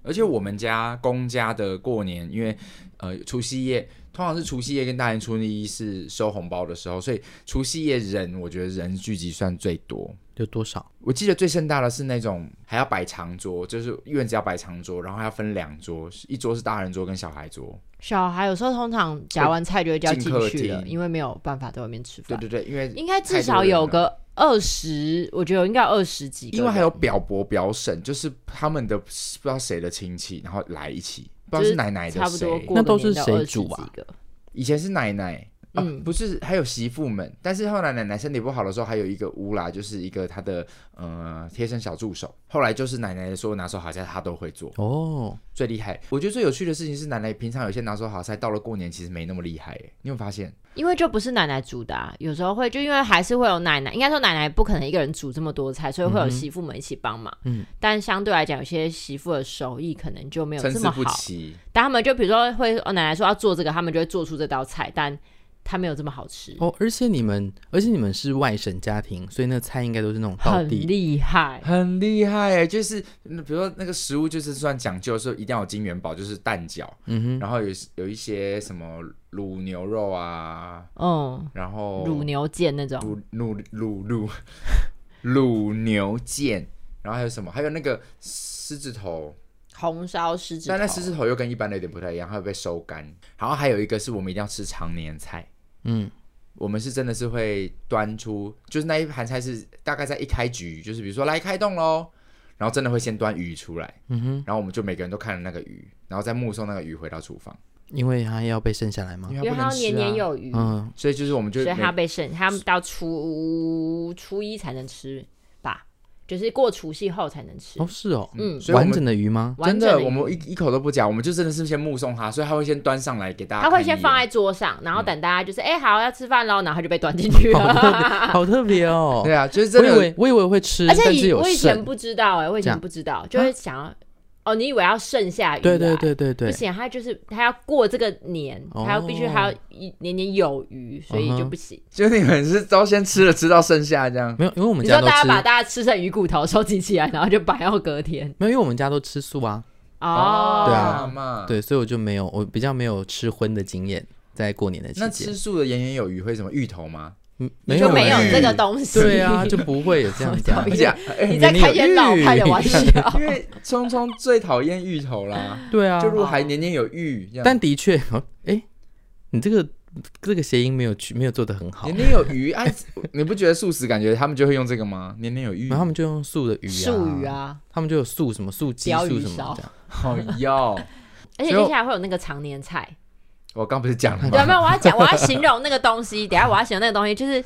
Speaker 2: 而且我们家公家的过年，因为呃除夕夜通常是除夕夜跟大年初一是收红包的时候，所以除夕夜人我觉得人聚集算最多。
Speaker 1: 有多少？
Speaker 2: 我记得最盛大的是那种还要摆长桌，就是院子要摆长桌，然后还要分两桌，一桌是大人桌跟小孩桌。
Speaker 3: 小孩有时候通常夹完菜就会叫
Speaker 2: 进
Speaker 3: 进
Speaker 2: 客
Speaker 3: 去了，
Speaker 2: 厅
Speaker 3: 因为没有办法在外面吃
Speaker 2: 对
Speaker 3: 饭。
Speaker 2: 对对，因为
Speaker 3: 应该至少有个二十，我觉得应该有二十几个人，
Speaker 2: 因为还有表伯表婶，就是他们的不知道谁的亲戚，然后来一起，不知道是奶奶的
Speaker 3: 差不多
Speaker 2: 谁，
Speaker 3: 过
Speaker 1: 那
Speaker 3: 个
Speaker 1: 都是
Speaker 3: 年的
Speaker 1: 谁
Speaker 3: 20
Speaker 1: 煮啊
Speaker 3: 几个？
Speaker 2: 以前是奶奶。啊、
Speaker 3: 嗯
Speaker 2: 不是，还有媳妇们，但是后来奶奶身体不好的时候，还有一个乌拉，就是一个她的呃贴身小助手。后来就是奶奶的所有拿手好菜，她都会做，
Speaker 1: 哦，
Speaker 2: 最厉害。我觉得最有趣的事情是，奶奶平常有些拿手好菜，到了过年其实没那么厉害。哎你有没有发现？
Speaker 3: 因为就不是奶奶煮的、啊，有时候会就因为还是会有奶奶，应该说奶奶不可能一个人煮这么多菜，所以会有媳妇们一起帮忙。
Speaker 1: 嗯，
Speaker 3: 但相对来讲，有些媳妇的手艺可能就没有
Speaker 2: 参
Speaker 3: 这
Speaker 2: 差
Speaker 3: 么
Speaker 2: 不
Speaker 3: 好。
Speaker 1: 嗯
Speaker 2: 齐。
Speaker 3: 但他们就比如说会，哦，奶奶说要做这个，他们就会做出这道菜，但它没有这么好吃，
Speaker 1: 哦，而且你们，而且你们是外省家庭，所以那菜应该都是那种道
Speaker 3: 很
Speaker 1: 地
Speaker 3: 厉害。
Speaker 2: 很厉害哎，就是嗯比如说那个食物，就是算讲究说一定要有金元宝，就是蛋饺，
Speaker 1: 嗯
Speaker 2: 然后有有一些什么卤牛肉啊，
Speaker 3: 嗯，
Speaker 2: 然后
Speaker 3: 乳牛腱那种，
Speaker 2: 卤卤卤卤卤牛腱，然后还有什么？还有那个狮子头，
Speaker 3: 红烧狮子头
Speaker 2: 但那狮子头又跟一般的有点不太一样，它会被收干。然后还有一个是我们一定要吃常年菜，
Speaker 1: 嗯，
Speaker 2: 我们是真的是会端出，就是那一盘菜是大概在一开局，就是比如说来开动喽，然后真的会先端鱼出来，
Speaker 1: 嗯哼，
Speaker 2: 然后我们就每个人都看了那个鱼，然后再目送那个鱼回到厨房，
Speaker 1: 因为它要被剩下来吗？
Speaker 2: 因为
Speaker 6: 因为
Speaker 2: 它
Speaker 6: 它要
Speaker 2: 不能吃、啊、
Speaker 6: 年年，有余，
Speaker 1: 嗯，
Speaker 2: 所以就是我们就
Speaker 3: 所以
Speaker 2: 每
Speaker 3: 他被剩，他们到初初一才能吃吧，就是过除夕后才能吃。
Speaker 1: 哦是哦，
Speaker 2: 嗯，所以我
Speaker 1: 完
Speaker 2: 们
Speaker 1: 整的鱼吗？
Speaker 3: 完
Speaker 2: 真
Speaker 3: 整
Speaker 2: 的，
Speaker 3: 的
Speaker 2: 我
Speaker 3: 鱼
Speaker 2: 们一一口都不讲，我们就真的是先目送他，所以他会先端上来给大家。
Speaker 3: 他会先
Speaker 1: 哦
Speaker 3: 放在。桌上，然
Speaker 1: 嗯
Speaker 3: 后等大家就是哎、好要吃饭喽，然后就被 端进去
Speaker 1: 好特别
Speaker 3: 了。，
Speaker 1: 好特别哦
Speaker 2: 对。啊，就是
Speaker 1: 我
Speaker 2: 真
Speaker 1: 以
Speaker 2: 的
Speaker 1: 为我以为会吃，
Speaker 3: 而
Speaker 1: 但
Speaker 3: 且
Speaker 1: 是
Speaker 3: 以
Speaker 1: 有
Speaker 3: 我以前
Speaker 1: 剩。
Speaker 3: 不知道哎、我以
Speaker 1: 这
Speaker 3: 前
Speaker 1: 样啊
Speaker 3: 不知道，就会想要、哦，你以为要剩下鱼、啊？
Speaker 1: 对对对对对
Speaker 3: 不，行，他就是他要过这个年，
Speaker 1: 哦
Speaker 3: 他要必须还要一年年有余，所以就不
Speaker 1: 嗯
Speaker 3: 行。
Speaker 2: 就是你们是都先吃了，吃到剩下这样。
Speaker 1: 没有，因为我们
Speaker 3: 你
Speaker 1: 家
Speaker 3: 说
Speaker 1: 都
Speaker 3: 大家把
Speaker 1: 吃，
Speaker 3: 大家吃剩鱼骨头收集起来，然后就摆到隔天
Speaker 1: 没有，因为我们家都吃素啊，
Speaker 3: 哦，
Speaker 1: 对啊
Speaker 2: 嘛。
Speaker 1: 对，所以我就没有，我比较没有吃荤的经验，在过年的
Speaker 2: 那
Speaker 1: 期
Speaker 2: 吃
Speaker 1: 间，
Speaker 2: 素的年年有余会什么芋头吗？
Speaker 1: 嗯，
Speaker 3: 你
Speaker 1: 没
Speaker 3: 就
Speaker 1: 有
Speaker 3: 没有
Speaker 1: 欸
Speaker 3: 这个东西。
Speaker 1: 对啊，就不会有这样子啊
Speaker 3: 好讨
Speaker 2: 而
Speaker 3: 厌
Speaker 2: 且
Speaker 3: 你在开一些老派的玩笑。
Speaker 2: 因为聪聪最讨厌芋头 啦，
Speaker 1: 对啊
Speaker 2: 就，如果还年年有余，这样
Speaker 1: 但的确，哦哎、你这个这个谐音没有去，没有做的很好
Speaker 2: 年。年有余，哎， 你不觉得素食感觉他们就会用这个吗？年年有余，
Speaker 1: 然后他们就用素的鱼啊，
Speaker 3: 术语，啊，
Speaker 1: 他们就有素什么素鸡、
Speaker 3: 鲷鱼
Speaker 1: 素什么
Speaker 3: 烧
Speaker 1: 这样。
Speaker 2: 好 要。
Speaker 3: 而且接下来会有那个常年菜，
Speaker 2: 我刚不是讲了
Speaker 3: 对啊，没
Speaker 2: 吗？
Speaker 3: 有，我要讲，我要形容那个东西。等一下我要形容那个东西，就是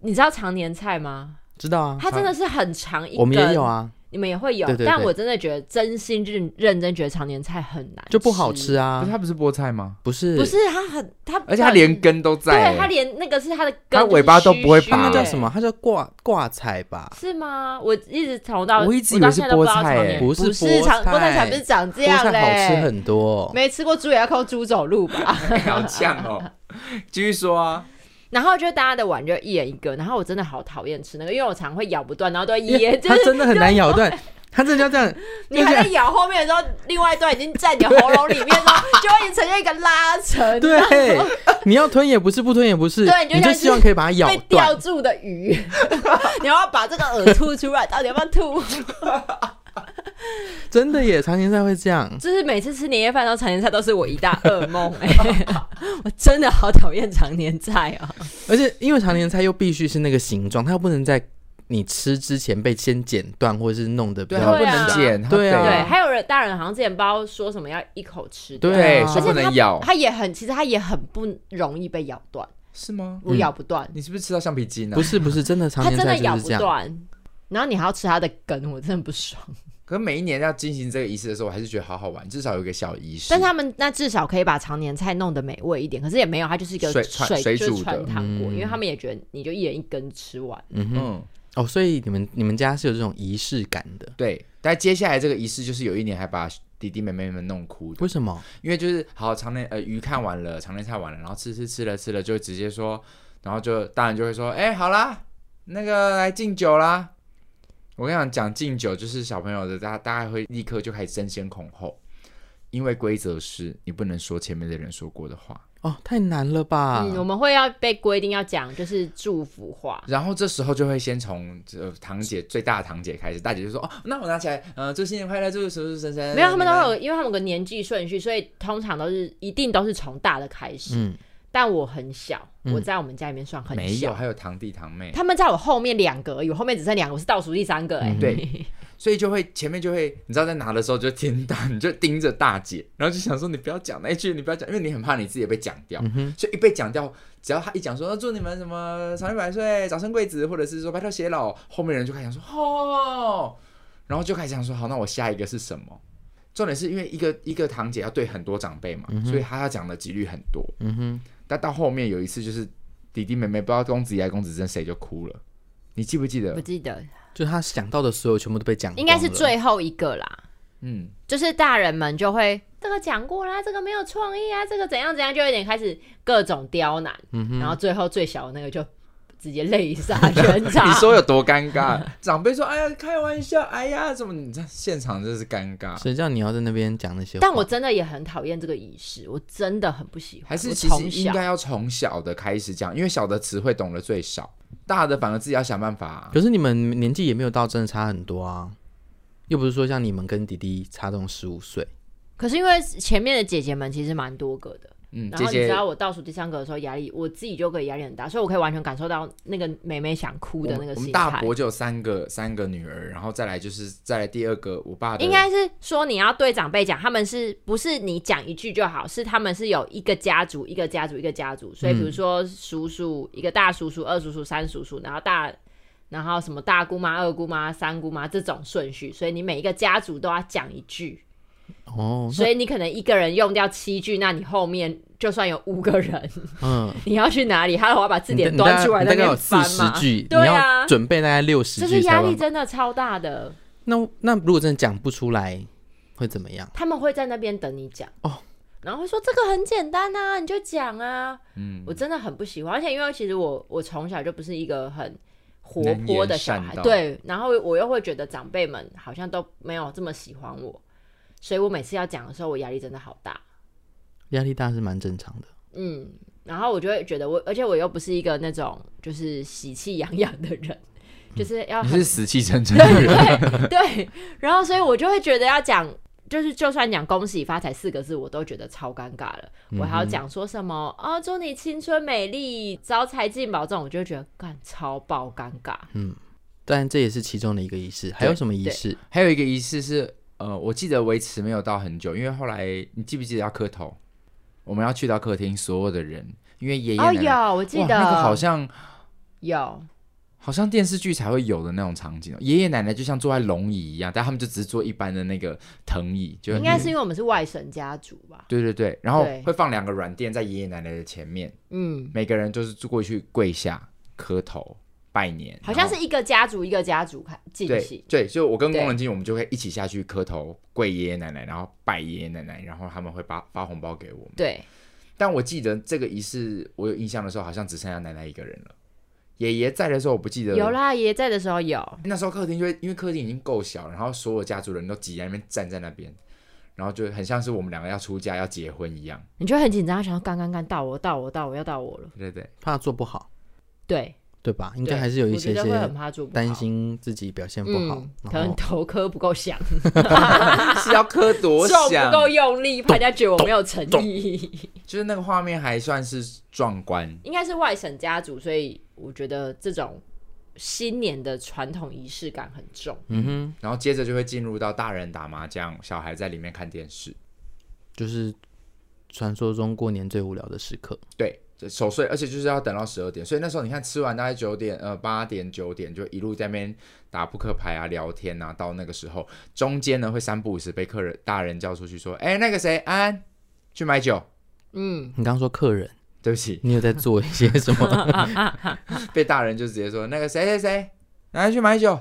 Speaker 3: 你知道常年菜吗？
Speaker 1: 知道啊，
Speaker 3: 它真的是很长一根，
Speaker 1: 我们也有，啊，
Speaker 3: 你们也会有
Speaker 1: 对对，对
Speaker 3: 但我真的觉得真心认认真觉得常年菜很难，
Speaker 1: 就不好吃。
Speaker 2: 不
Speaker 1: 啊
Speaker 2: 是，它不是菠菜吗？
Speaker 1: 不是
Speaker 3: 不是啊它很它，
Speaker 2: 而且它连根都在
Speaker 3: 对
Speaker 2: 欸，
Speaker 3: 它连那个是它的根，
Speaker 2: 它尾巴都不会
Speaker 1: 它
Speaker 2: 拔
Speaker 3: 那
Speaker 1: 那叫
Speaker 2: 对
Speaker 1: 什？么？它叫挂挂菜吧？
Speaker 3: 欸是吗？我一直从到
Speaker 2: 我一直以
Speaker 3: 到
Speaker 2: 为是
Speaker 3: 现在都不知
Speaker 2: 菠
Speaker 3: 道
Speaker 2: 菜
Speaker 3: 常
Speaker 2: 欸
Speaker 3: 年
Speaker 1: 不
Speaker 3: 不
Speaker 1: 是菠
Speaker 3: 是常
Speaker 1: 菜
Speaker 3: 菠菜才不是长这
Speaker 1: 菠
Speaker 3: 样
Speaker 1: 菜好吃
Speaker 3: 嘞，
Speaker 1: 很多，
Speaker 3: 没吃过猪也要靠猪走路吧？
Speaker 2: 好呛哦！ 继续说啊，
Speaker 3: 然后就大家的碗就一人一个，然后我真的好讨厌吃那个，因为我常会咬不断，然后都会
Speaker 1: 因
Speaker 3: 噎，
Speaker 1: 为
Speaker 3: 就
Speaker 1: 它
Speaker 3: 是
Speaker 1: 真的很难咬断，它真的要这样，
Speaker 3: 你还在咬后面的时候，另外一段已经在你喉咙里面了，就会呈现一个拉扯，
Speaker 1: 对，你要吞也不是，不吞也不是
Speaker 3: 对，你就
Speaker 1: 你就
Speaker 3: 像
Speaker 1: 希望可以把它咬
Speaker 3: 被
Speaker 1: 断
Speaker 3: 吊。住 的鱼，你要不要把这个饵吐出来，到底要不要吐？
Speaker 1: 真的耶，常年赛会这样。
Speaker 3: 就是每次吃年夜饭到常年菜都是我一大 噩梦哎、我真的好讨厌常年菜啊、
Speaker 1: 而且因为常年菜又必须是那个形状，它又不能在你吃之前被先剪断，或者是弄得比
Speaker 2: 对，
Speaker 1: 较
Speaker 2: 它
Speaker 3: 啊
Speaker 2: 不能剪，它
Speaker 1: 对啊
Speaker 2: 得
Speaker 3: 对，还有人大人好像之前包说什么要一口吃掉，
Speaker 1: 对
Speaker 2: 对，
Speaker 1: 啊
Speaker 2: 说不能咬，
Speaker 3: 它也很其实它也很不容易被咬断，
Speaker 2: 是吗？
Speaker 3: 我
Speaker 1: 嗯
Speaker 3: 咬不断，
Speaker 2: 你是不是吃到橡皮筋啊？
Speaker 1: 不，是不是，真的常
Speaker 3: 它
Speaker 1: 年
Speaker 3: 真
Speaker 1: 菜
Speaker 3: 的
Speaker 1: 就
Speaker 3: 咬
Speaker 1: 是
Speaker 3: 不
Speaker 1: 这样。
Speaker 3: 断。然后你还要吃它的根，我真的不爽。
Speaker 2: 可是每一年要进行这个仪式的时候，我还是觉得好好玩，至少有一个小仪式。
Speaker 3: 但他们那至少可以把常年菜弄得美味一点，可是也没有，它就是一个
Speaker 2: 水
Speaker 3: 水
Speaker 2: 传水
Speaker 3: 就是
Speaker 2: 煮的
Speaker 3: 传糖果，
Speaker 1: 嗯
Speaker 3: 因为他们也觉得你就一人一根吃完。
Speaker 1: 嗯哼，
Speaker 2: 嗯，
Speaker 1: 哦，所以你们你们家是有这种仪式感的，
Speaker 2: 对。但接下来这个仪式就是有一年还把弟弟妹妹们弄哭的，
Speaker 1: 为什么？
Speaker 2: 因为就是好常年呃鱼看完了，常年菜完了，然后吃吃吃了吃了，就直接说，然后就大人就会说，哎、好啦，那个来敬酒啦。我跟你讲，讲敬酒就是小朋友的，大大概会立刻就开始争先恐后，因为规则是你不能说前面的人说过的话。
Speaker 1: 哦，太难了吧？
Speaker 3: 嗯，我们会要被规定要讲就是祝福话，
Speaker 2: 然后这时候就会先从呃堂姐最大的堂姐开始，大姐就说哦，那我拿起来，呃，祝新年快乐，祝什么什么什
Speaker 1: 呃
Speaker 2: 么，
Speaker 3: 没有他们都有，因为他们有个年纪顺序，所以通常都是一定都是从大的开始。
Speaker 1: 嗯，
Speaker 3: 但我很小，
Speaker 1: 嗯
Speaker 3: 我在我们家里面算很
Speaker 2: 没有，
Speaker 3: 小，
Speaker 2: 还有堂弟堂妹，
Speaker 3: 他们在我后面两个而已，我后面只剩两个，我是倒数第三个、哎、
Speaker 1: 嗯
Speaker 2: 对，所以就会前面就会，你知道在拿的时候就听到，你就盯着大姐，然后就想说你不要讲那一句，你不要讲，因为你很怕你自己被讲掉，所以一被讲掉，只要他一讲说、呃祝你们什么长命百岁、早生贵子，或者是说白头偕老，后面人就开始想说哦，然后就开始想说好，那我下一个是什么？重点是因为一个一个堂姐要对很多长辈嘛，所以她要讲的几率很多。
Speaker 1: 嗯哼，
Speaker 2: 但到后面有一次就是弟弟妹妹不知道公子怡还是公子珍谁就哭了，你记不记
Speaker 3: 不
Speaker 2: 得？
Speaker 3: 记得，
Speaker 1: 就他想到的所有全部都被讲光了，
Speaker 3: 应该是最后一个啦。
Speaker 2: 嗯，
Speaker 3: 就是大人们就会这个讲过啦，这个没有创意啊，这个怎样怎样，就有点开始各种刁难，
Speaker 2: 嗯
Speaker 3: 然后最后最小的那个就直接泪洒全场。
Speaker 2: 你说 有多尴 尬？长辈说：“哎呀，开玩笑，哎呀，怎么你这现场真是尴尬
Speaker 1: 谁叫你要在那边讲那些话？
Speaker 3: 但我真的也很讨厌这个仪式，我真的很不喜？”欢。
Speaker 2: 还是
Speaker 3: 我
Speaker 2: 其实
Speaker 3: 从
Speaker 2: 应
Speaker 3: 小
Speaker 2: 该要从小的开始讲，因为小的词汇懂得最少，大的反而自己要想办法、啊
Speaker 1: 可是你们年纪也没有到真的差很多啊，又不是说像你们跟弟弟差这种十五岁，
Speaker 3: 可是因为前面的姐姐们其实蛮多个的，
Speaker 2: 嗯，
Speaker 3: 然
Speaker 2: 这
Speaker 3: 后你知
Speaker 2: 些
Speaker 3: 道我倒数第三个的时候压力，我自己就可以压力很大，所以我可以完全感受到那个妹妹想哭的那个
Speaker 2: 我们
Speaker 3: 心
Speaker 2: 大
Speaker 3: 态。
Speaker 2: 伯就有三个三个女儿，然后再来就是再来第二个我爸的，
Speaker 3: 应该是说你要对长辈讲，他们是不是你讲一句就好？是他们是有一个家族，一个家族，一个家族。所以比
Speaker 1: 嗯
Speaker 3: 如说叔叔，一个大叔叔、二叔叔、三叔叔，然后大，然后什么大姑妈、二姑妈、三姑妈这种顺序。所以你每一个家族都要讲一句。
Speaker 1: 哦，那
Speaker 3: 所以你可能一个人用掉七句，那你后面就算有五个人，
Speaker 1: 嗯，
Speaker 3: 你要去哪里？他的话把字
Speaker 1: 你大
Speaker 3: 典
Speaker 1: 你
Speaker 3: 端
Speaker 1: 大
Speaker 3: 出来，
Speaker 1: 概大
Speaker 3: 那
Speaker 1: 概
Speaker 3: 边
Speaker 1: 有
Speaker 3: 翻
Speaker 1: 四十
Speaker 3: 嘛。
Speaker 1: 句，
Speaker 3: 对啊
Speaker 1: 你要准备大概六十
Speaker 3: 这
Speaker 1: 句
Speaker 3: 是
Speaker 1: 才
Speaker 3: 压
Speaker 1: 完
Speaker 3: 力。真的超大的，
Speaker 1: 那那如果真的讲不出来会怎么样？
Speaker 3: 他们会在那边等你讲
Speaker 1: 哦，
Speaker 3: 然后会说这个很简单啊，你就讲啊。
Speaker 2: 嗯
Speaker 3: 我真的很不喜欢，而且因为其实我我从小就不是一个很活
Speaker 2: 能
Speaker 3: 泼
Speaker 2: 言
Speaker 3: 的小
Speaker 2: 善
Speaker 3: 孩，
Speaker 2: 道
Speaker 3: 对，然后我又会觉得长辈们好像都没有这么喜欢我，所以我每次要讲的时候，我压力真的好大，
Speaker 1: 压力大是蛮正常的。
Speaker 3: 嗯，然后我就会觉得我，而且我又不是一个那种就是喜气洋洋的人，就是要
Speaker 2: 你
Speaker 3: 很
Speaker 2: 是死气沉沉的人，
Speaker 3: 对，然后所以我就会觉得要讲，就是就算讲“恭喜发财”四个字，我都觉得超尴尬了。
Speaker 2: 嗯
Speaker 3: 我还要讲说什么哦，祝你青春美丽、招财进宝这种，我就会觉得干超爆尴尬。
Speaker 1: 但这也是其中的一个仪式，还有什么仪
Speaker 3: 对
Speaker 1: 式？
Speaker 2: 还有一个仪式是，呃，我记得维持没有到很久，因为后来你记不记得要磕头？我们要去到客厅，所有的人，因为爷爷奶
Speaker 3: 哦，
Speaker 2: 奶、
Speaker 3: 有我记
Speaker 2: 哇
Speaker 3: 得，
Speaker 2: 那个好像
Speaker 3: 有，
Speaker 2: 好像电视剧才会有的那种场景哦。爷爷奶奶就像坐在龙椅一样，但他们就只是坐一般的那个藤椅，就
Speaker 3: 应该是因为我们是外省家族吧？
Speaker 2: 对对对，然后
Speaker 3: 对
Speaker 2: 会放两个软垫在爷爷奶奶的前面，
Speaker 3: 嗯，
Speaker 2: 每个人就是坐过去跪下磕头拜年，
Speaker 3: 好像
Speaker 2: 然后
Speaker 3: 是一个家族一个家族开进
Speaker 2: 对
Speaker 3: 行。
Speaker 2: 对，就我跟
Speaker 3: 对
Speaker 2: 工人经理我们就会一起下去磕头跪爷爷奶奶，然后拜爷爷奶奶，然后他们会发发红包给我们。
Speaker 3: 对，
Speaker 2: 但我记得这个仪式，我有印象的时候，好像只剩下奶奶一个人了。爷爷在的时候，我不记得
Speaker 3: 有啦，爷爷在的时候有，
Speaker 2: 那时候客厅就会因为客厅已经够小，然后所有家族人都挤在那边站在那边，然后就很像是我们两个要出嫁要结婚一样。
Speaker 3: 你就很紧张，想要干干干到我到我到我要到我了。
Speaker 2: 对对对，
Speaker 1: 怕做不好，
Speaker 3: 对，
Speaker 1: 对吧？应该
Speaker 3: 对
Speaker 1: 还是有一
Speaker 3: 我
Speaker 1: 些
Speaker 3: 觉得会很
Speaker 1: 些
Speaker 3: 怕做不好
Speaker 1: 担，心自己表现不好
Speaker 3: 嗯，，可
Speaker 1: 然
Speaker 3: 能
Speaker 1: 后
Speaker 3: 头磕不够响，
Speaker 2: 是要磕多
Speaker 3: 撞
Speaker 2: 响
Speaker 3: 不，够用力，怕人家觉得我没有诚意。
Speaker 2: 就是那个画面还算是壮观。
Speaker 3: 应该是外省家族，所以我觉得这种新年的传统仪式感很重。
Speaker 1: 嗯哼，
Speaker 2: 然后接着就会进入到大人打麻将，小孩在里面看电视。
Speaker 1: 就是传说中过年最无聊的时刻。
Speaker 2: 对，就守岁，而且就是要等到十二点，所以那时候你看吃完大概九点，呃八点九点就一路在那边打扑克牌啊、聊天啊，到那个时候中间呢会三不五时被客人大人叫出去说，哎、那个谁安去买酒，
Speaker 3: 嗯，
Speaker 1: 你刚刚说客人，
Speaker 2: 对不起，
Speaker 1: 你有在做一些什么？
Speaker 2: 被大人就直接说那个谁谁谁，拿去买酒，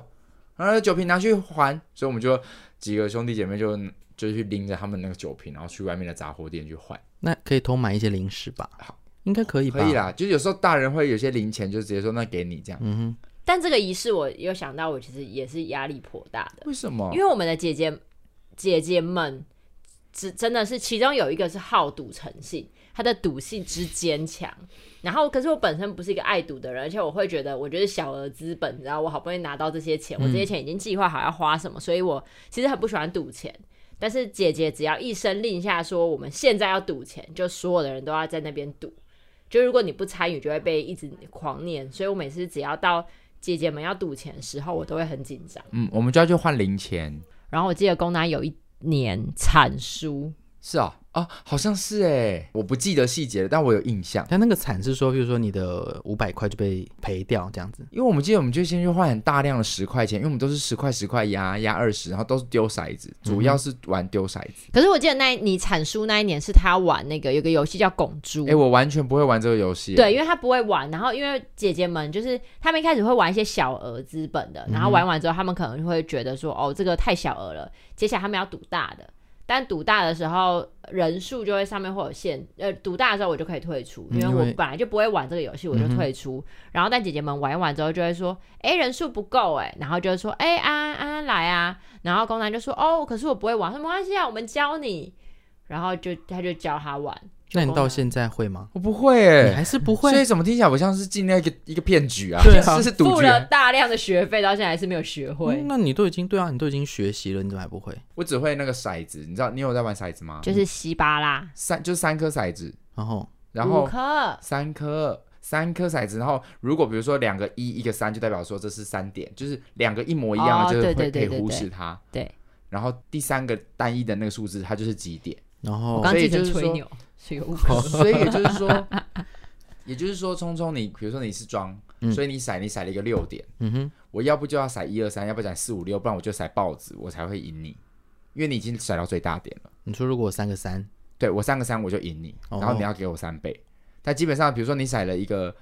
Speaker 2: 然后酒瓶拿去还，所以我们就几个兄弟姐妹就就去拎着他们那个酒瓶，然后去外面的杂货店去换。
Speaker 1: 那可以偷买一些零食吧？应该可以吧？
Speaker 2: 可以啦，就是有时候大人会有些零钱，就直接说那给你这样。
Speaker 1: 嗯
Speaker 3: 但这个仪式我有想到，我其实也是压力颇大的，
Speaker 2: 为什么？
Speaker 3: 因为我们的姐姐姐姐们，只真的是其中有一个是好赌成性，她的赌性之坚强。然后，可是我本身不是一个爱赌的人，而且我会觉得，我觉得小额资本，你知道，我好不容易拿到这些钱，
Speaker 2: 嗯
Speaker 3: 我这些钱已经计划好要花什么，所以我其实很不喜欢赌钱。但是姐姐只要一声令下说我们现在要赌钱，就所有的人都要在那边赌。就如果你不参与，就会被一直狂念。所以我每次只要到姐姐们要赌钱的时候，我都会很紧张。
Speaker 2: 嗯，我们就要去换零钱。
Speaker 3: 然后我记得公奶有一年产书，
Speaker 2: 是啊、哦，啊，好像是哎，我不记得细节了，但我有印象
Speaker 1: 哼，，他那个惨是说，比如说你的五百块就被赔掉这样子，
Speaker 2: 因为我们记得我们就先去换很大量的十块钱，因为我们都是十块十块压压二十，然后都是丢骰子，主要是玩丢骰子。
Speaker 3: 可是我记得那一你产书那一年是他玩那个有个游戏叫拱猪
Speaker 2: 哎、。我完全不会玩这个游戏。
Speaker 3: 嗯对，，因为他不会玩，然后因为姐姐们就是他们一开始会玩一些小额资本的，
Speaker 1: 嗯
Speaker 3: 然后玩完之后，他们可能会觉得说，哦，这个太小额了，接下来他们要赌大的。但赌大的时候人数就会上面会有限，呃，赌大的时候我就可以退出，
Speaker 1: 嗯
Speaker 3: 因为
Speaker 1: 因
Speaker 3: 我
Speaker 1: 为嗯
Speaker 3: 本来就不会玩这个游戏，我就退出。然后但姐姐们玩一玩之后就会说，哎、人数不够哎、然后就会说，哎、安安安安来啊，然后公男就说，哦，可是我不会玩，他说没关系啊，我们教你，然后就他就教他玩。
Speaker 1: 那你到现在会吗？
Speaker 2: 我不会
Speaker 1: 你
Speaker 2: 哎，
Speaker 1: 还是不
Speaker 2: 所以
Speaker 1: 会？
Speaker 2: 怎么听起来我像是进那个一个骗局啊？
Speaker 1: 对啊
Speaker 2: 是赌
Speaker 3: 付
Speaker 2: 局
Speaker 3: 了
Speaker 2: 啊。
Speaker 3: 大量的学费，到现在还是没有学会，
Speaker 1: 嗯那你都已经对啊，你都已经学习了，你怎么还不会？
Speaker 2: 我只会那个骰子，你知道你有在玩骰子吗？
Speaker 3: 就是稀巴拉，
Speaker 2: 三，就是三颗骰子，
Speaker 1: 然后
Speaker 2: 然后
Speaker 3: 五
Speaker 2: 哦
Speaker 3: 颗，
Speaker 2: 三颗三颗骰子，然后如果比如说两个一，一个三，就代表说这是三点，就是两个一模一样的，
Speaker 3: 哦
Speaker 2: 就是
Speaker 3: 对
Speaker 2: 会可
Speaker 3: 对对
Speaker 2: 以
Speaker 3: 对
Speaker 2: 忽
Speaker 3: 对
Speaker 2: 视它。
Speaker 3: 对。
Speaker 2: 然后第三个单一的那个数字，它就是几 点。
Speaker 1: 然
Speaker 3: 我
Speaker 1: 后
Speaker 3: 刚
Speaker 2: 所以
Speaker 3: 继承
Speaker 2: 就是
Speaker 3: 吹
Speaker 2: 说哦
Speaker 3: 牛，所以有五颗。
Speaker 2: 所以也就是说，也就是说，聪聪你，比如说你是庄，
Speaker 1: 嗯
Speaker 2: 所以你骰你骰了一个六点，
Speaker 1: 嗯哼，
Speaker 2: 我要不就要骰一二三，要不然四五六，不然我就骰豹子，我才会赢你，因为你已经骰到最大点了。
Speaker 1: 你说如果我三个三，
Speaker 2: 对我三个三我就赢你，
Speaker 1: 哦
Speaker 2: 然后你要给我三倍。但基本上，比如说你骰了一个，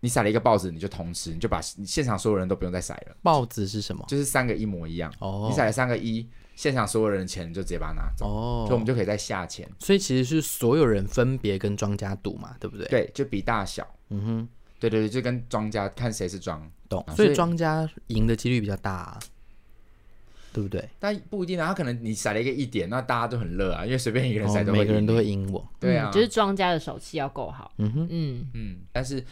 Speaker 2: 你骰了一个豹子，你就同时你就把现场所有人都不用再骰了，
Speaker 1: 豹子是什么？
Speaker 2: 就是三个一模一样。
Speaker 1: 哦
Speaker 2: 你骰了三个一，现场所有人的钱你就直接把它拿走，所以我们
Speaker 1: 哦，
Speaker 2: 就可以再下钱，
Speaker 1: 所以其实是所有人分别跟庄家赌嘛，对不对？，
Speaker 2: 对，就比大小。
Speaker 1: 嗯哼，
Speaker 2: 对对对，就跟庄家看谁是庄，
Speaker 1: 懂。
Speaker 2: 啊
Speaker 1: 所
Speaker 2: 所
Speaker 1: 以
Speaker 2: 以
Speaker 1: 庄家赢的几率比较大、啊，对不对？
Speaker 2: 但不一定啊，他可能你甩了一个一点，那大家都很热啊，因为随便一个人甩
Speaker 1: 哦
Speaker 2: 都会、
Speaker 1: 每个人都会。赢我。
Speaker 2: 对啊，
Speaker 3: 嗯就是庄家的手气要够好。
Speaker 1: 嗯哼，
Speaker 3: 嗯，
Speaker 2: 嗯，但是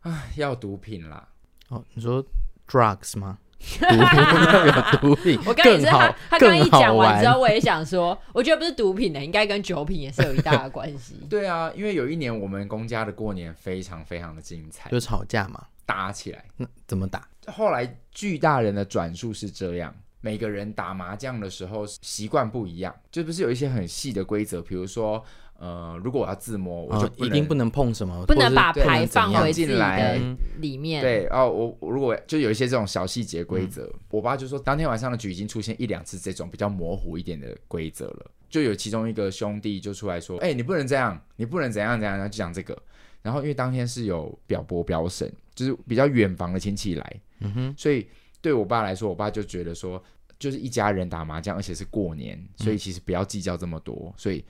Speaker 2: 啊，要毒品啦，。
Speaker 1: 哦，你说 drugs 吗？毒 那个毒品
Speaker 3: 啊我刚也
Speaker 1: 更
Speaker 3: 是
Speaker 1: 好
Speaker 3: 他，他刚
Speaker 1: 更
Speaker 3: 一
Speaker 1: 好
Speaker 3: 讲完
Speaker 1: 玩
Speaker 3: 之。后，我也想说，我觉得不是毒品的，应该跟酒品也是有一大的关系
Speaker 2: 对啊，因为有一年我们公家的过年非常非常的精彩，
Speaker 1: 就吵架嘛，
Speaker 2: 打起来。
Speaker 1: 那怎么打？
Speaker 2: 后来巨大人的转述是这样。每个人打麻将的时候习惯不一样，就不是有一些很细的规则，比如说，呃，如果我要自摸，我就
Speaker 1: 哦一定不
Speaker 2: 能
Speaker 1: 能碰什么，
Speaker 3: 不能
Speaker 1: 或是
Speaker 3: 把
Speaker 1: 对
Speaker 3: 牌放
Speaker 1: 怎样
Speaker 3: 回自己
Speaker 2: 进来
Speaker 3: 的里面。，
Speaker 2: 对哦，我我如果就有一些这种小细节
Speaker 1: 嗯
Speaker 2: 规则，我爸就说当天晚上的局已经出现一两次这种比较模糊一点的规则了。就有其中一个兄弟就出来说：“哎、你不能这样，你不能怎样怎样。”然后就讲这个。然后因为当天是有表伯表婶，就是比较远房的亲戚来，
Speaker 1: 嗯哼，
Speaker 2: 所以对我爸来说，我爸就觉得说，就是一家人打麻将，而且是过年，
Speaker 1: 嗯
Speaker 2: 所以其实不要计较这么多。所以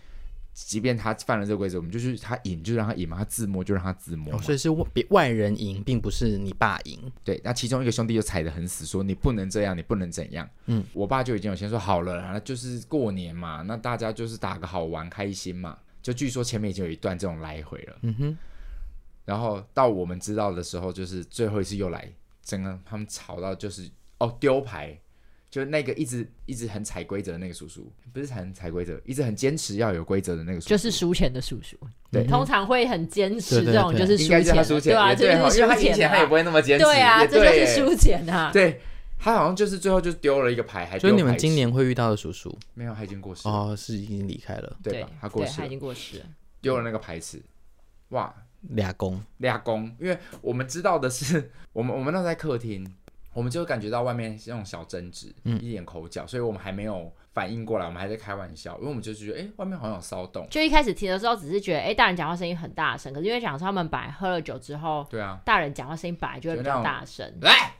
Speaker 2: 即便他犯了这个规则，我们就是他赢就让他赢嘛，他自摸就让他自摸嘛、
Speaker 1: 哦所以是外别外人赢，并不是你爸赢。
Speaker 2: 对，那其中一个兄弟就踩得很死，说你不能这样，你不能怎样。
Speaker 1: 嗯，
Speaker 2: 我爸就已经有先说好了啦，那就是过年嘛，那大家就是打个好玩开心嘛。就据说前面已经有一段这种来回了，
Speaker 1: 嗯哼，
Speaker 2: 然后到我们知道的时候，就是最后一次又来，整个他们吵到就是哦丢牌，就那个一直一直很踩规则的那个叔叔，不是很踩规则，一直很坚持要有规则的那个叔叔，
Speaker 4: 就是输钱的叔叔，
Speaker 2: 对
Speaker 3: 嗯通常会很坚持
Speaker 1: 对对
Speaker 3: 这种，
Speaker 1: 对
Speaker 3: 就是输
Speaker 2: 应该是
Speaker 3: 钱
Speaker 2: 他
Speaker 3: 的，
Speaker 2: 输钱，
Speaker 3: 对啊，
Speaker 2: 也
Speaker 3: 这
Speaker 2: 对
Speaker 3: 就
Speaker 2: 哈，
Speaker 3: 是
Speaker 2: 因为他
Speaker 3: 输
Speaker 2: 赢
Speaker 3: 钱
Speaker 2: 钱
Speaker 3: 的
Speaker 2: 他也不
Speaker 3: 啊，
Speaker 2: 会那么坚持，
Speaker 3: 对啊，
Speaker 2: 也
Speaker 3: 这就是
Speaker 2: 对
Speaker 3: 输钱啊。
Speaker 2: 对。他好像就是最后就丢了一个牌，
Speaker 3: 哎
Speaker 2: 还
Speaker 1: 就是你
Speaker 2: 丢
Speaker 1: 们
Speaker 2: 牌
Speaker 1: 今年会遇到的叔叔
Speaker 2: 没有，他已经过世了，
Speaker 1: 哦，是已经离开了，
Speaker 2: 对吧？他过
Speaker 3: 对，
Speaker 2: 世
Speaker 3: 他
Speaker 2: 了
Speaker 3: 已，经过世了。
Speaker 2: 丢了那个牌池，哇，
Speaker 1: 俩公
Speaker 2: 俩公，因为我们知道的是， 我们我们那时候在客厅，我们就感觉到外面那种小争执，
Speaker 1: 嗯
Speaker 2: 一点口角，所以我们还没有反应过来，我们还在开玩笑，因为我们就觉得，哎、外面好像有骚动，
Speaker 3: 就一开始听的时候，只是觉得，哎，大人讲话声音很大声，可是因为讲说他们本来喝了酒之后，
Speaker 2: 对啊，
Speaker 3: 大人讲话声音本来就会比较大声，
Speaker 2: 来，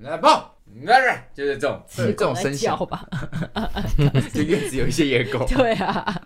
Speaker 2: 来抱，来，就是这种这种声响，
Speaker 3: 叫吧？
Speaker 2: 就院子有一些野狗，
Speaker 3: 对啊，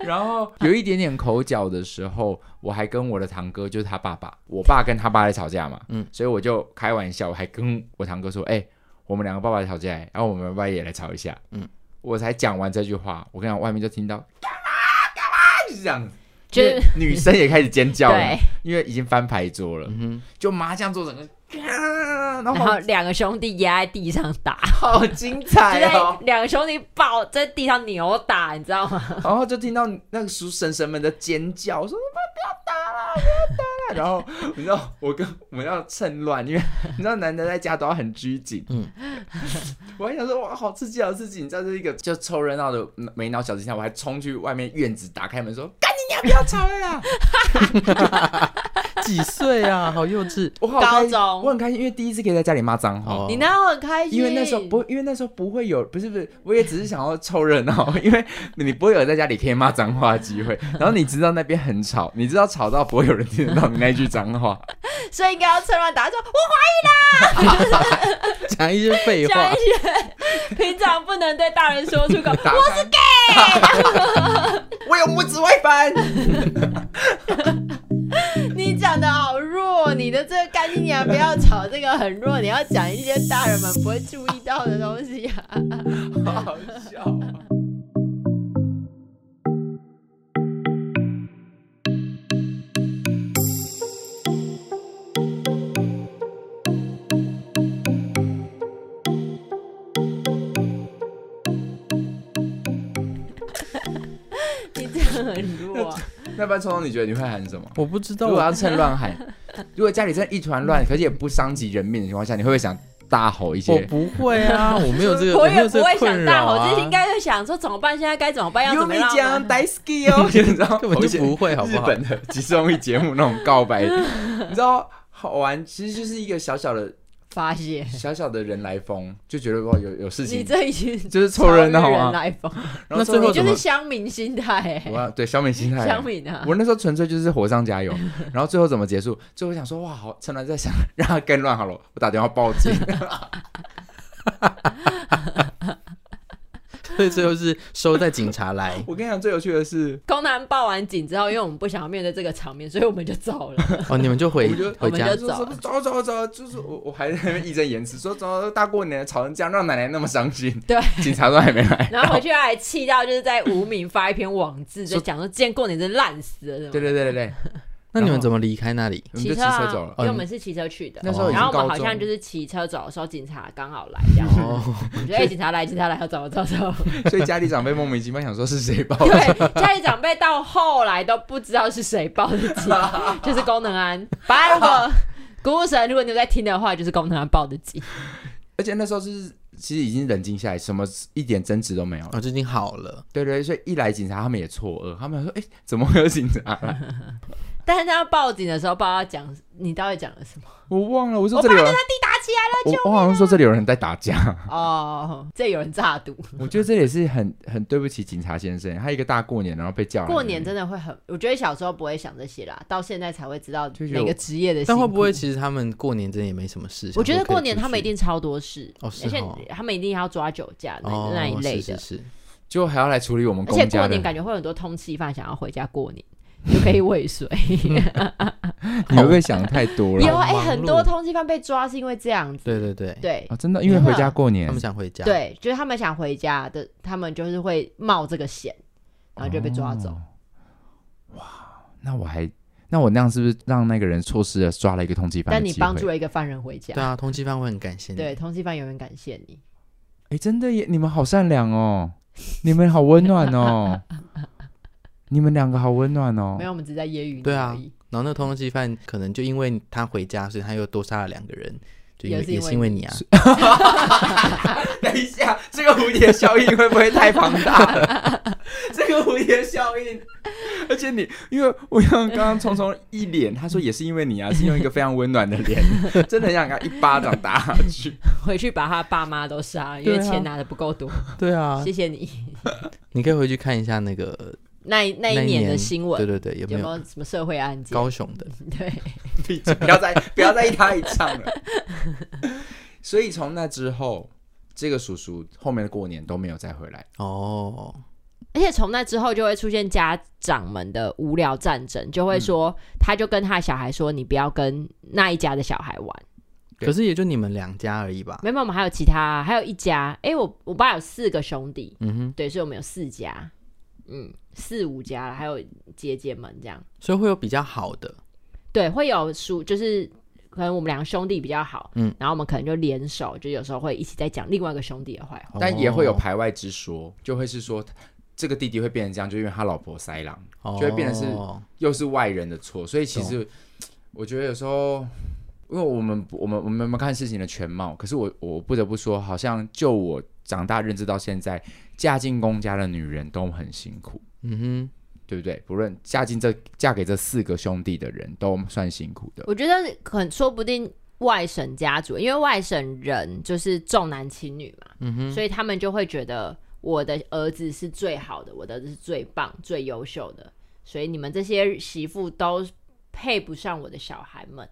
Speaker 2: 然后 有一点点口角的时候，我还跟我的堂哥，就是他爸爸，我爸跟他爸在吵架嘛，嗯
Speaker 1: 嗯，
Speaker 2: 所以我就开玩笑，我还跟我堂哥说，哎、我们两个爸爸在吵架，哎然、后我们爸爸也来吵一下，嗯
Speaker 1: 嗯，
Speaker 2: 我才讲完这句话，我跟你讲，外面就听到干嘛干嘛，就是这样子，
Speaker 3: 就是
Speaker 2: 因为女生也开始尖叫了
Speaker 3: 对，，
Speaker 2: 因为已经翻牌桌了，
Speaker 1: 嗯
Speaker 2: 就麻将桌整个，啊然
Speaker 3: 然后
Speaker 2: 后
Speaker 3: 两个兄弟压在地上打，
Speaker 2: 好精
Speaker 3: 就
Speaker 2: 彩
Speaker 3: 在
Speaker 2: 哦，
Speaker 3: 两个兄弟抱在地上扭打，你知道吗？
Speaker 2: 然后就听到那个叔婶婶们的尖叫，说不要打了，不要打了。然后你知道，我跟我们要趁乱，因为你知道男的在家都要很拘谨。嗯
Speaker 1: 嗯，
Speaker 2: 我还想说哇，好刺激，好刺激！你知道这是一个就凑热闹的没脑小金像，我还冲去外面院子打开门说：“干你娘，不要吵了啦！”
Speaker 1: 哼，几岁啊？好幼稚
Speaker 2: 我好开
Speaker 3: 高
Speaker 2: 心，
Speaker 3: 中
Speaker 2: 我很开心，因为第一次可以在家里骂脏话。
Speaker 1: 哦
Speaker 3: 你那会很开心，
Speaker 2: 因为那时候不，因为那时候不会有，不是不是，我也只是想要凑热闹， 因为你不会有在家里可以骂脏话的机 会，然后你知道那边很吵，你知道吵到不会有人听得到你那一句脏话，
Speaker 3: 所以应该要趁乱打，说我
Speaker 1: 讲一些废
Speaker 3: 讲
Speaker 1: 话
Speaker 3: 一，些平常不能对大人说出口。
Speaker 2: 打我是 gay，我有 拇指外翻，
Speaker 3: 你讲的好弱，你的这个干净娘不要吵，这个很弱，你要讲一些大人们不会注意到的东西啊。
Speaker 2: 好好笑啊。
Speaker 3: 你这样很弱啊，
Speaker 2: 那班冲冲，你觉得你会喊什么？
Speaker 1: 我不知
Speaker 2: 如
Speaker 1: 道
Speaker 2: 果
Speaker 1: 啊。
Speaker 2: 要趁 乱喊，如果家里真的一团乱，可是也不伤及人命的情况下，你会不会想大吼一
Speaker 1: 我
Speaker 2: 些？
Speaker 1: 不会啊， 我没有这个，
Speaker 3: 我
Speaker 1: 没
Speaker 3: 也
Speaker 1: 有这
Speaker 3: 不
Speaker 1: 个
Speaker 3: 会
Speaker 1: 困
Speaker 3: 想
Speaker 1: 扰
Speaker 3: 大吼，
Speaker 1: 啊，
Speaker 3: 就是应该会想说怎么办，现在该怎么办，要
Speaker 2: 优
Speaker 3: 怎么
Speaker 2: 米
Speaker 3: 样
Speaker 2: 酱
Speaker 3: 呢？
Speaker 2: 大好き哦，你知道
Speaker 1: 根本
Speaker 2: 我以
Speaker 1: 就
Speaker 2: 前
Speaker 1: 不会，好
Speaker 2: 日
Speaker 1: 不好？
Speaker 2: 本的集综艺节目那种告白， 你知道好玩，其实就是一个小 小的、
Speaker 3: 发泄，
Speaker 2: 小小的人来疯，就觉得哇有有事
Speaker 3: 你
Speaker 2: 情，
Speaker 3: 这一群
Speaker 2: 就是凑热闹
Speaker 3: 超人
Speaker 2: 啊。
Speaker 3: 来疯，
Speaker 2: 然后
Speaker 1: 那最后
Speaker 2: 凑热
Speaker 3: 你就
Speaker 1: 怎
Speaker 3: 是
Speaker 1: 么
Speaker 3: 乡民心态、欸，
Speaker 2: 我要对小美心态，
Speaker 3: 乡民啊，
Speaker 2: 我那时候纯粹就是火上 加油。然后最后怎么结束？最后想说哇好，趁然在想让他更乱好了，我打电话报 警。。
Speaker 1: 所以最后是收在警察 来
Speaker 2: 我跟你讲最有趣的是，
Speaker 3: 空男报完警之后，因为我们不想要面对这个场面，所以我们就走了。
Speaker 1: 哦，你们就回
Speaker 2: 我们就
Speaker 1: 回
Speaker 3: 我
Speaker 1: 家
Speaker 3: 们，就走
Speaker 2: 说走走走，就是我我还在那边义正言辞说走走大过年的吵成这样，让奶奶那么伤心。
Speaker 3: 对，
Speaker 2: 警察都还没来。
Speaker 3: 然后回去还气到就是在无名发一篇网志，
Speaker 2: 说
Speaker 3: 就讲说今天过年真烂死了，
Speaker 2: 对对对对对，
Speaker 1: 那你们怎么离开那里？
Speaker 2: 我们
Speaker 3: 骑
Speaker 2: 就骑
Speaker 3: 啊
Speaker 2: 车走了。
Speaker 3: 因为我们是骑车去的。
Speaker 2: 那时候已经
Speaker 3: 然后我们
Speaker 2: 高
Speaker 3: 好像
Speaker 2: 中
Speaker 3: 就是骑车走的时候，警察刚好来， 这样子，
Speaker 1: 哦，
Speaker 3: 我们就哎，警察来，警察来，要走走走。
Speaker 2: 所以家里长辈莫名其妙想说是谁报的，
Speaker 3: 对，家里长辈到后来都不知道是谁报 的警，就是功能安。反正如果谷物神，如果你有在听的话，就是功能安报的警。
Speaker 2: 而且那时候就是其实已经冷静下来，什么一点争执都没有了。
Speaker 1: 哦，最近好了，
Speaker 2: 对对，所以一来警察他们也错愕，他们说：“哎、怎么会有警察啊来
Speaker 3: 但是他报警的时候，不知道讲你到底讲了什么。？”
Speaker 2: 我忘了，我说这里有人
Speaker 3: 地打起来
Speaker 2: 我我好像说这里有人在打架。
Speaker 3: 了哦，这有人诈赌。
Speaker 2: 我觉得这也是很很对不起警察先生，他一个大过年然后被叫来
Speaker 3: 过年真的会很，我觉得小时候不会想这些啦，到现在才会知道
Speaker 2: 就觉得
Speaker 3: 每个职业的辛苦。
Speaker 1: 但会不会其实他们过年真的也没什么事？
Speaker 3: 我觉得过年
Speaker 1: 想说
Speaker 3: 他
Speaker 1: 可
Speaker 3: 们
Speaker 1: 以
Speaker 3: 一
Speaker 1: 出去
Speaker 3: 定超多事，
Speaker 1: 哦
Speaker 3: 而
Speaker 1: 是
Speaker 3: 且
Speaker 1: 哦
Speaker 3: 他们一定要抓酒驾那、
Speaker 1: 哦
Speaker 3: 那一类的。
Speaker 1: 是是是，
Speaker 2: 就还要来处理我们
Speaker 3: 而
Speaker 2: 公
Speaker 3: 且过
Speaker 2: 家的
Speaker 3: 年，感觉会有很多通缉犯想要回家过年，就可以尾随。
Speaker 1: 嗯
Speaker 2: 你会不会想太 多
Speaker 3: 有
Speaker 2: 了
Speaker 3: 哎、
Speaker 1: 忙碌
Speaker 3: 很多通缉犯被抓是因为这样子。
Speaker 1: 对对对，
Speaker 3: 对
Speaker 2: 啊？真的，因为回家过年
Speaker 1: 他们想回家，，
Speaker 3: 对，就是他们想回家的，他们就是
Speaker 1: 哦
Speaker 3: 会冒这个险，然后就被抓走。
Speaker 2: 哦哇，那我还那我那样是不是让那个人错失了抓了一个通缉犯的
Speaker 4: 但你
Speaker 2: 机会？
Speaker 4: 帮助了一个犯人回家，
Speaker 1: 对啊，通缉犯会很感谢你。
Speaker 4: 对，通缉犯永远感谢你。
Speaker 2: 哎，真的耶！你们好善良哦，你们好温暖哦，你们两个好温暖哦。
Speaker 4: 没有，我们只是在揶揄你
Speaker 1: 对啊
Speaker 4: 而已。
Speaker 1: 然后那个通缉犯可能就因为他回家，所以他又多杀了两个人，就因为
Speaker 4: 也是
Speaker 1: 也是因
Speaker 4: 因
Speaker 1: 为
Speaker 4: 为
Speaker 1: 你啊，
Speaker 2: 等一下，这个蝴蝶效应会不会太庞大了？ 这个蝴蝶效应，而且你，因为我刚刚聪聪一脸，他说也是因为你啊，是用一个非常温暖的 脸，真的很想给他一巴掌打下去。
Speaker 3: 回去把他爸妈都杀了，因为
Speaker 2: 对啊
Speaker 3: 钱拿的不够多。
Speaker 1: 对啊
Speaker 3: 谢，谢你。
Speaker 1: 你可以回去看一下那个
Speaker 3: 那一那一年的新
Speaker 1: 对
Speaker 3: 闻
Speaker 1: 对对，有没
Speaker 3: 有没
Speaker 1: 有
Speaker 3: 有什么社会案件？
Speaker 1: 高雄的？
Speaker 3: 对，
Speaker 2: 闭嘴不要再不要再一搭一唱 了。所以从那之后，这个叔叔后面的过年都没有再回来。
Speaker 1: 哦，
Speaker 3: 而且从那之后就会出现家长们的无聊战争，就会说，
Speaker 1: 嗯
Speaker 3: 他就跟他小孩说，你不要跟那一家的小孩玩。
Speaker 2: 对
Speaker 1: 可是也就你们两家而已吧。
Speaker 3: 没有，我们还有其他，还有一家。哎、我我爸有四个兄弟，
Speaker 1: 嗯哼，
Speaker 3: 对，所以我们有四家，嗯，四五家了，还有姐姐们这样。
Speaker 1: 所以会有比较好的，
Speaker 3: 对，会有叔，就是可能我们两个兄弟比较好，
Speaker 1: 嗯
Speaker 3: 嗯，然后我们可能就联手，就有时候会一起在讲另外一个兄弟的坏话。
Speaker 2: 但也会有
Speaker 1: 哦
Speaker 2: 排外之说，就会是说这个弟弟会变成这样，就因为他老婆塞狼，
Speaker 1: 哦
Speaker 2: 就会变得是又是外人的错，所以其实我觉得有时候，因为我们不我们我们没有看事情的全貌，可是我我不得不说，好像就我长大认知到现在，嫁进公家的女人都很辛苦。
Speaker 1: 嗯
Speaker 2: 对不对？不论嫁进这嫁给这四个兄弟的人都算辛苦的，
Speaker 3: 我觉得很说不定外省家族，因为外省人就是重男轻女嘛，
Speaker 2: 嗯
Speaker 3: 所以他们就会觉得我的儿子是最好的，我的儿子是最棒、最优秀的，所以你们这些媳妇都配不上我的小孩们。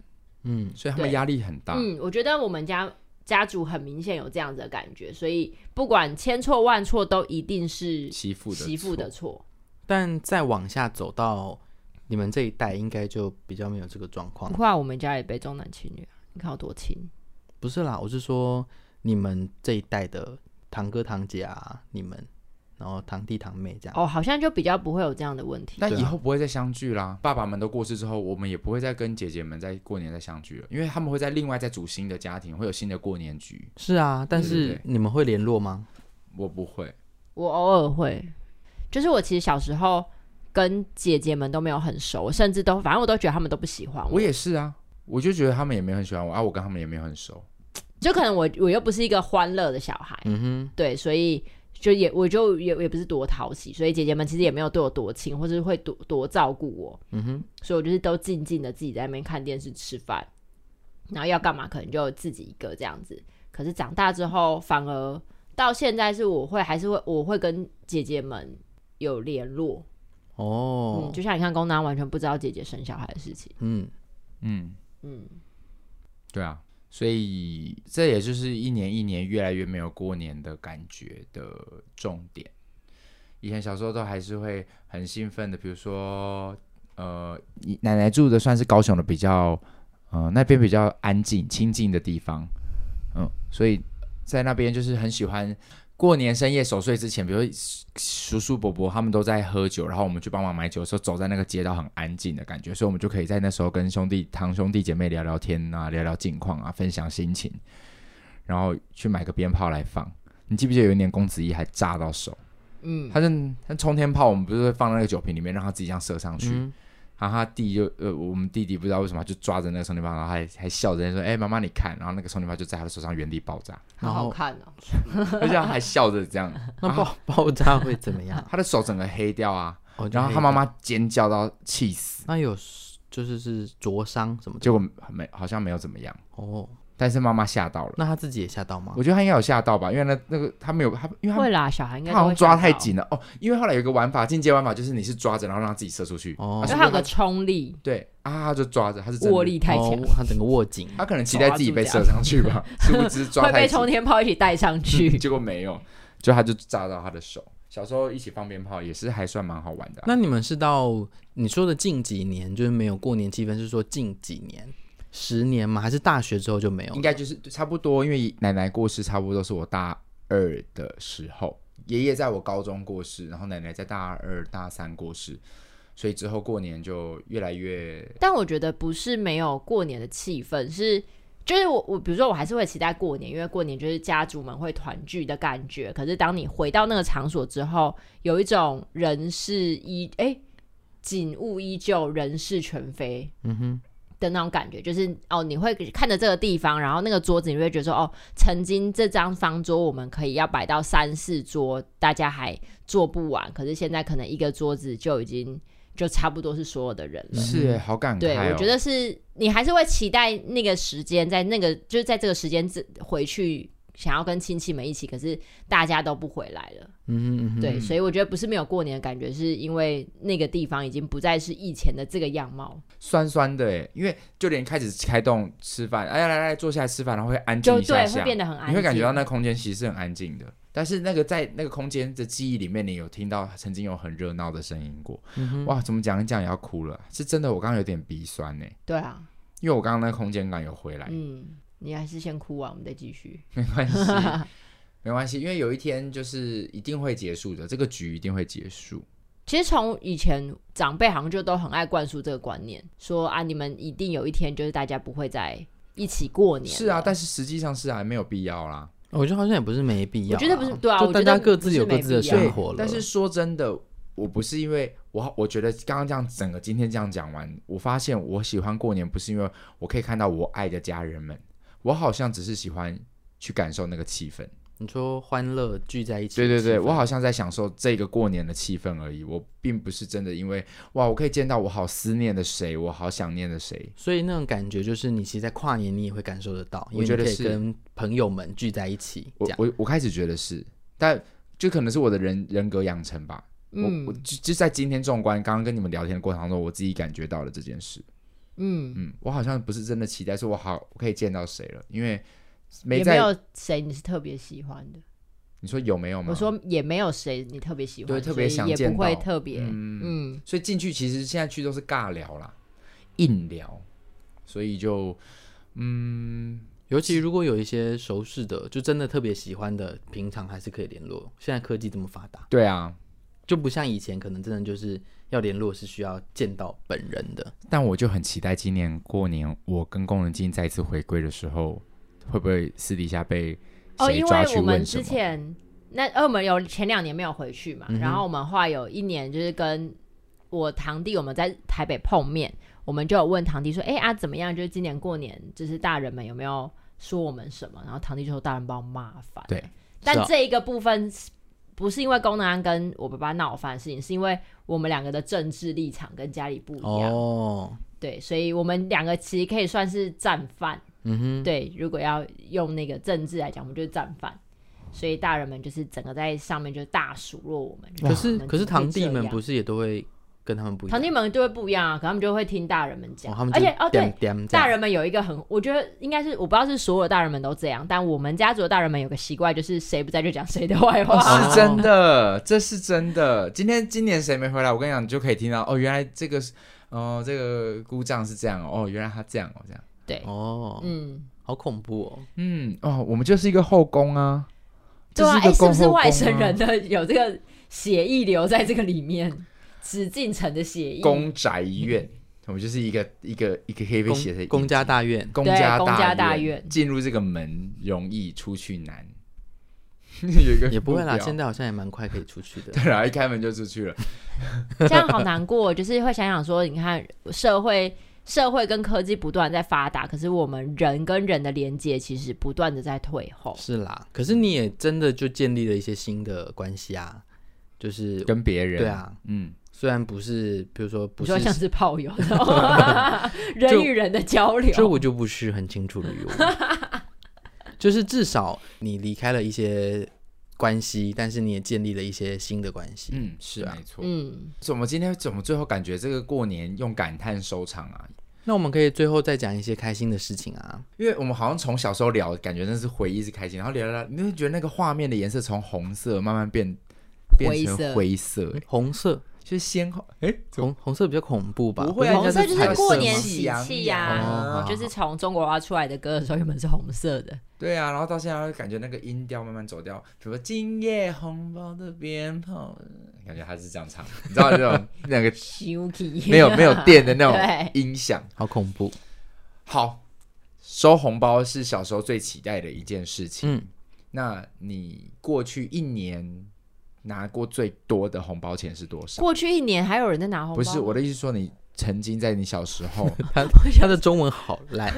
Speaker 1: 哼，嗯，
Speaker 2: 所以他们
Speaker 3: 对
Speaker 2: 压力很大。
Speaker 3: 嗯，我觉得我们家家族很明显有这样子的感觉，所以不管千错万错，都一定是
Speaker 2: 媳妇的
Speaker 3: 媳妇的
Speaker 2: 错
Speaker 3: 错。
Speaker 1: 但再往下走到你们这一代，应该就比较没有这个状况
Speaker 3: 不。会啊，我们家也被重男轻女啊，你看我多亲。
Speaker 1: 不是啦，我是说你们这一代的堂哥堂姐啊，你们，然后堂弟堂妹这样。
Speaker 3: 哦，好像就比较不会有这样的问题。
Speaker 2: 那
Speaker 1: 对啊
Speaker 2: 以后不会再相聚啦。爸爸们都过世之后，我们也不会再跟姐姐们在过年再相聚了，因为他们会在另外再组新的家庭，会有新的过年局。
Speaker 1: 是啊，但
Speaker 2: 对对
Speaker 1: 是
Speaker 2: 对
Speaker 1: 你们会联络吗？
Speaker 2: 我不会，
Speaker 3: 我偶尔会，就是我其实小时候跟姐姐们都没有很熟，甚至都反正我都觉得他们都不喜欢我，
Speaker 2: 我也是啊，我就觉得他们也没有很喜欢我啊，我跟他们也没有很熟。
Speaker 3: 就可能我我又不是一个欢乐的小孩，
Speaker 1: 嗯
Speaker 3: 对，所以就也我就也也不是多讨喜，所以姐姐们其实也没有对我多亲，或是会多多照顾我，
Speaker 1: 哼，嗯哼，
Speaker 3: 所以我就是都静静的自己在那边看电视、吃饭，然后要干嘛可能就自己一个这样子。可是长大之后，反而到现在是我会还是会我会跟姐姐们有联络，
Speaker 1: 哦
Speaker 3: 嗯，，就像你看，宫南完全不知道姐姐生小孩的事情。
Speaker 1: 嗯，
Speaker 2: 嗯，
Speaker 3: 嗯，
Speaker 2: 对啊，所以这也就是一年一年越来越没有过年的感觉的重点。以前小时候都还是会很兴奋的，比如说，呃，你奶奶住的算是高雄的比较，呃，那边比较安静、清静的地方，嗯，所以在那边就是很喜欢过年深夜守岁之前，比如说叔叔伯伯他们都在喝酒，然后我们去帮忙买酒的时候，走在那个街道很安静的感觉，所以我们就可以在那时候跟兄弟堂兄弟姐妹聊聊天啊，聊聊近况啊，分享心情，然后去买个鞭炮来放。你记不记得有一年公子义还炸到手？
Speaker 3: 嗯，
Speaker 2: 他是他冲天炮，我们不是会放在那个酒瓶里面，让他自己这样射上去。
Speaker 1: 嗯
Speaker 2: 然后他弟就呃，我们弟弟不知道为什么他就抓着那个充电炮，然后还还笑着说：“哎、妈妈你看。”然后那个充电炮就在他的手上原地爆炸，
Speaker 1: 然
Speaker 3: 好
Speaker 1: 后
Speaker 3: 好看哦。
Speaker 2: 而且他还笑着这样，
Speaker 1: 那
Speaker 2: 啊
Speaker 1: 爆爆炸会怎么样？
Speaker 2: 他的手整个黑掉啊。
Speaker 1: 哦
Speaker 2: 然后他妈，妈尖叫到气死，
Speaker 1: 就黑掉那有就是是灼伤什么的
Speaker 2: 结果没好像没有怎么样，
Speaker 1: 哦，
Speaker 2: 但是妈妈吓到了。
Speaker 1: 那他自己也吓到吗
Speaker 2: 我？觉得他应该有吓到吧，因为那那个他没有他，因为
Speaker 3: 会
Speaker 2: 他
Speaker 3: 啦，小孩应该
Speaker 2: 他好像
Speaker 3: 都会
Speaker 2: 抓
Speaker 3: 看到
Speaker 2: 太，紧了哦。因为后来有一个玩法，进阶玩法就是你是抓着，然后让自己射出去。
Speaker 1: 哦
Speaker 2: 啊
Speaker 3: 就
Speaker 2: 所以
Speaker 3: 他有个冲力，
Speaker 2: 对啊，他就抓着，他是真的
Speaker 3: 握力太强
Speaker 1: 哦，，他整个握紧，
Speaker 2: 他可能期待自己被射上去吧，殊不知抓
Speaker 3: 会
Speaker 2: 太
Speaker 3: 被
Speaker 2: 紧
Speaker 3: 冲，天炮一起带上 去。
Speaker 2: 结果没有，就他就炸到他的手。小时候一起放鞭炮也是还算蛮好玩的啊、
Speaker 1: 那你们是到你说的近几年，就是没有过年气氛，是说近几年，十年吗？还是大学之后就没有？
Speaker 2: 应该就是差不多，因为奶奶过世差不多是我大二的时候，爷爷在我高中过世，然后奶奶在大二大三过世，所以之后过年就越来越
Speaker 3: 但我觉得不是没有过年的气氛，是就是我我比如说我还是会期待过年，因为过年就是家族们会团聚的感觉。可是当你回到那个场所之后，有一种人事依哎景物依旧，人事全非
Speaker 1: 嗯哼，
Speaker 3: 的那种感觉，就是哦你会看着这个地方，然后那个桌子你会觉得说哦，曾经这张方桌我们可以要摆到三四桌，大家还坐不完，可是现在可能一个桌子就已经。就差不多是所有的人了，
Speaker 2: 是耶好感
Speaker 3: 对，
Speaker 2: 慨、哦。
Speaker 3: 我觉得是你还是会期待那个时间，在那个就是在这个时间之回去，想要跟亲戚们一起，可是大家都不回来了。
Speaker 1: 嗯哼嗯哼，
Speaker 3: 对，所以我觉得不是没有过年的感觉，是因为那个地方已经不再是以前的这个样貌，
Speaker 2: 酸酸的耶，因为就连开始开动吃饭，哎呀来来来坐下来吃饭，然后会安静
Speaker 3: 就
Speaker 2: 一下
Speaker 3: 对，
Speaker 2: 下
Speaker 3: 会，变得很安静。
Speaker 2: 你会感觉到那空间其实是很安静的。但是那个在那个空间的记忆里面，你有听到曾经有很热闹的声音过，
Speaker 1: 嗯哼
Speaker 2: 哇，怎么讲一讲也要哭了，是真的，我刚刚有点鼻酸呢，
Speaker 3: 对啊，
Speaker 2: 因为我刚刚那个空间感有回来，
Speaker 3: 嗯，你还是先哭完，我们再继续。
Speaker 2: 没关系， 没关系，因为有一天就是一定会结束的，这个局一定会结束。
Speaker 3: 其实从以前长辈好像就都很爱灌输这个观念，说啊，你们一定有一天就是大家不会再一起过年了。
Speaker 2: 是啊，但是实际上是啊，没有必要啦。
Speaker 1: 我觉得好像也不是没必要啊，
Speaker 3: 我觉得不是对啊
Speaker 1: 就
Speaker 3: 我
Speaker 1: 大
Speaker 3: 觉
Speaker 1: 家
Speaker 3: 得
Speaker 1: 各
Speaker 3: 不
Speaker 1: 自
Speaker 3: 是
Speaker 1: 有各
Speaker 3: 没
Speaker 1: 自的
Speaker 3: 必
Speaker 2: 啊
Speaker 3: 要
Speaker 1: 生活了，
Speaker 2: 但是说真的，我不是因为我，我觉得刚刚这样整个今天这样讲完，我发现我喜欢过年，不是因为我可以看到我爱的家人们，我好像只是喜欢去感受那个气氛。
Speaker 1: 你说欢乐聚在一起
Speaker 2: 对
Speaker 1: 的气氛，
Speaker 2: 对对，我好像在享受这个过年的气氛而已，我并不是真的因为哇，我可以见到我好思念的谁，我好想念的谁。
Speaker 1: 所以那种感觉就是，你其实，在跨年你也会感受得到，因为
Speaker 2: 我觉得
Speaker 1: 你可以
Speaker 2: 是
Speaker 1: 跟朋友们聚在一起，这
Speaker 2: 我
Speaker 1: 样
Speaker 2: 我我开始觉得是，但就可能是我的人人格养成吧。
Speaker 3: 嗯
Speaker 2: 我我就就在今天纵观刚刚跟你们聊天的过程当中，我自己感觉到了这件事。
Speaker 3: 嗯，
Speaker 2: 嗯，我好像不是真的期待说我好我可以见到谁了，因为没
Speaker 3: 也没
Speaker 2: 在
Speaker 3: 有谁你是特别喜欢的。
Speaker 2: 你说有没有吗？
Speaker 3: 我说也没有谁你特别喜欢，
Speaker 2: 对
Speaker 3: 所以
Speaker 2: 特别想
Speaker 3: 也
Speaker 2: 见
Speaker 3: 不会
Speaker 2: 到
Speaker 3: 特别。
Speaker 2: 嗯，
Speaker 3: 嗯，
Speaker 2: 所以进去其实现在去都是尬聊啦，硬聊，所以就嗯，
Speaker 1: 尤其如果有一些熟识的，就真的特别喜欢的，平常还是可以联络。现在科技这么发达，
Speaker 2: 对啊，
Speaker 1: 就不像以前，可能真的就是要联络是需要见到本人的。
Speaker 2: 但我就很期待今年过年我跟工人精再次回归的时候，会不会私底下被
Speaker 3: 哦，
Speaker 2: 谁
Speaker 3: 因
Speaker 2: 抓
Speaker 3: 为
Speaker 2: 去
Speaker 3: 我们
Speaker 2: 问什么？嗯
Speaker 3: 之前那呃，我们有前两年没有回去嘛，然后我们后来有一年就是跟我堂弟我们在台北碰面，我们就有问堂弟说，哎、啊怎么样？就是今年过年，就是大人们有没有说我们什么？然后堂弟就说大人帮我骂烦。
Speaker 2: 对，
Speaker 1: 是
Speaker 3: 但
Speaker 1: 啊
Speaker 3: 这一个部分是不是因为功能安跟我爸爸闹翻的事情，是因为我们两个的政治立场跟家里不一样。
Speaker 1: 哦，
Speaker 3: 对，所以我们两个其实可以算是战犯。
Speaker 1: 嗯哼，
Speaker 3: 对，如果要用那个政治来讲，我们就是战犯。所以大人们就是整个在上面就大数落我们。就
Speaker 1: 可是
Speaker 3: 你们
Speaker 1: 可是
Speaker 3: 怎么
Speaker 1: 堂
Speaker 3: 以
Speaker 1: 弟
Speaker 3: 这
Speaker 1: 们
Speaker 3: 样
Speaker 1: 不是也都会跟他们不一样？
Speaker 3: 堂弟们就会不一样啊，可他们就会听大人们讲，
Speaker 1: 哦，他们
Speaker 3: 而且
Speaker 1: 就
Speaker 3: 哦对
Speaker 1: 点，点这样
Speaker 3: 大人们有一个很，我觉得应该是我不知道是所有大人们都这样，但我们家族的大人们有个习惯，就是谁不在就讲谁的坏话。
Speaker 2: 哦，是真的，这是真的。今天今年谁没回来？我跟你讲，你就可以听到哦，原来这个是，哦，这个姑丈是这样哦，哦原来他这样哦，这样，
Speaker 3: 对，
Speaker 1: 哦，
Speaker 3: 嗯，
Speaker 1: 好恐怖哦！
Speaker 2: 嗯，哦，我们就是一个后宫啊，
Speaker 3: 对啊，
Speaker 2: 这
Speaker 3: 哎、
Speaker 2: 一个
Speaker 3: 是不
Speaker 2: 恭
Speaker 3: 是
Speaker 2: 后宫啊
Speaker 3: 外省人的有这个协议留在这个里面？ 紫禁城的协议，
Speaker 2: 公宅院，我们就是一个一个一个可以被写成
Speaker 1: 公公家大 院，
Speaker 2: 公
Speaker 3: 对
Speaker 2: 家
Speaker 3: 公家大
Speaker 2: 院，
Speaker 3: 院
Speaker 2: 进入这个门容易，出去难。有一 个
Speaker 1: 也不会啦，
Speaker 2: 目标
Speaker 1: 现在好像也蛮快可以出去的。
Speaker 2: 对啊啦，一开门就出去了。
Speaker 3: 这样好难过，哦就是会想想说，你看社会。社会跟科技不断在发达，可是我们人跟人的连接其实不断的在退后。
Speaker 1: 是啦，可是你也真的就建立了一些新的关系啊，就是
Speaker 2: 跟别人
Speaker 1: 对，啊，
Speaker 2: 嗯，
Speaker 1: 虽然不是，比如说不
Speaker 3: 你
Speaker 1: 是
Speaker 3: 说，像是 炮友，知道吗人与人的交流。
Speaker 1: 这我就不是很清楚了哟。就是至少你离开了一些关系，但是你也建立了一些新的关系。
Speaker 2: 嗯，是
Speaker 1: 对啊
Speaker 2: 没错。
Speaker 3: 嗯，
Speaker 2: 怎么今天怎么最后感觉这个过年用感叹收场啊？
Speaker 1: 那我们可以最后再讲一些开心的事情啊。
Speaker 2: 因为我们好像从小时候聊，感觉那是回忆是开心，然后聊聊聊，你会觉得那个画面的颜色从红色慢慢变变
Speaker 3: 灰
Speaker 2: 成
Speaker 3: 色
Speaker 2: 灰色、欸
Speaker 1: 红色
Speaker 2: 就是鲜红，哎、怎么
Speaker 1: 红红色比较恐怖吧？
Speaker 2: 不会啊
Speaker 1: 人家
Speaker 2: 人
Speaker 3: 嗯红
Speaker 2: 家
Speaker 3: 色
Speaker 2: 是
Speaker 3: 就
Speaker 1: 彩
Speaker 3: 是
Speaker 1: 色
Speaker 3: 过年
Speaker 1: 吗
Speaker 2: 喜
Speaker 3: 喜
Speaker 2: 洋
Speaker 3: 气
Speaker 2: 洋
Speaker 1: 哦好，
Speaker 3: 呀就是从中国挖出来的歌的时候，原本是红色的，
Speaker 2: 对啊，然后到现在会感觉那个音调慢慢走掉，什么今夜红包的鞭炮，感觉他是这样唱，你知道那种那个
Speaker 3: Shuki
Speaker 2: 没有没有电的那种
Speaker 3: 对
Speaker 2: 音响。
Speaker 1: 好恐怖。
Speaker 2: 好，收红包是小时候最期待的一件事情。
Speaker 1: 嗯，
Speaker 2: 那你过去一年拿过最多的红包钱是多少？
Speaker 3: 过去一年还有人在拿红包，
Speaker 2: 不是我
Speaker 3: 的，
Speaker 2: 的意思，说你曾经在你小时候，
Speaker 1: 他他的中文好烂，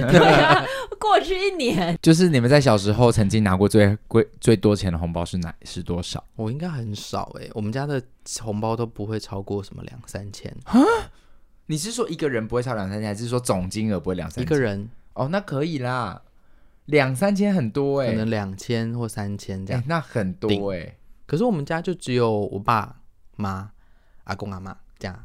Speaker 3: 过去一年
Speaker 2: 就是你们在小时候曾经拿过最贵最多钱的红包是哪是多少？
Speaker 1: 我应该很少哎、我们家的红包都不会超过什么两三千，
Speaker 2: 你是说一个人不会超两三千，还是说总金额不会两三千？
Speaker 1: 一个人
Speaker 2: 哦，那可以啦，两三千很多哎、
Speaker 1: 可
Speaker 2: 欸，
Speaker 1: 能两千或三千这
Speaker 2: 哎、
Speaker 1: 样。
Speaker 2: 那很多哎、欸，
Speaker 1: 可是我们家就只有我爸妈、阿公阿妈这样。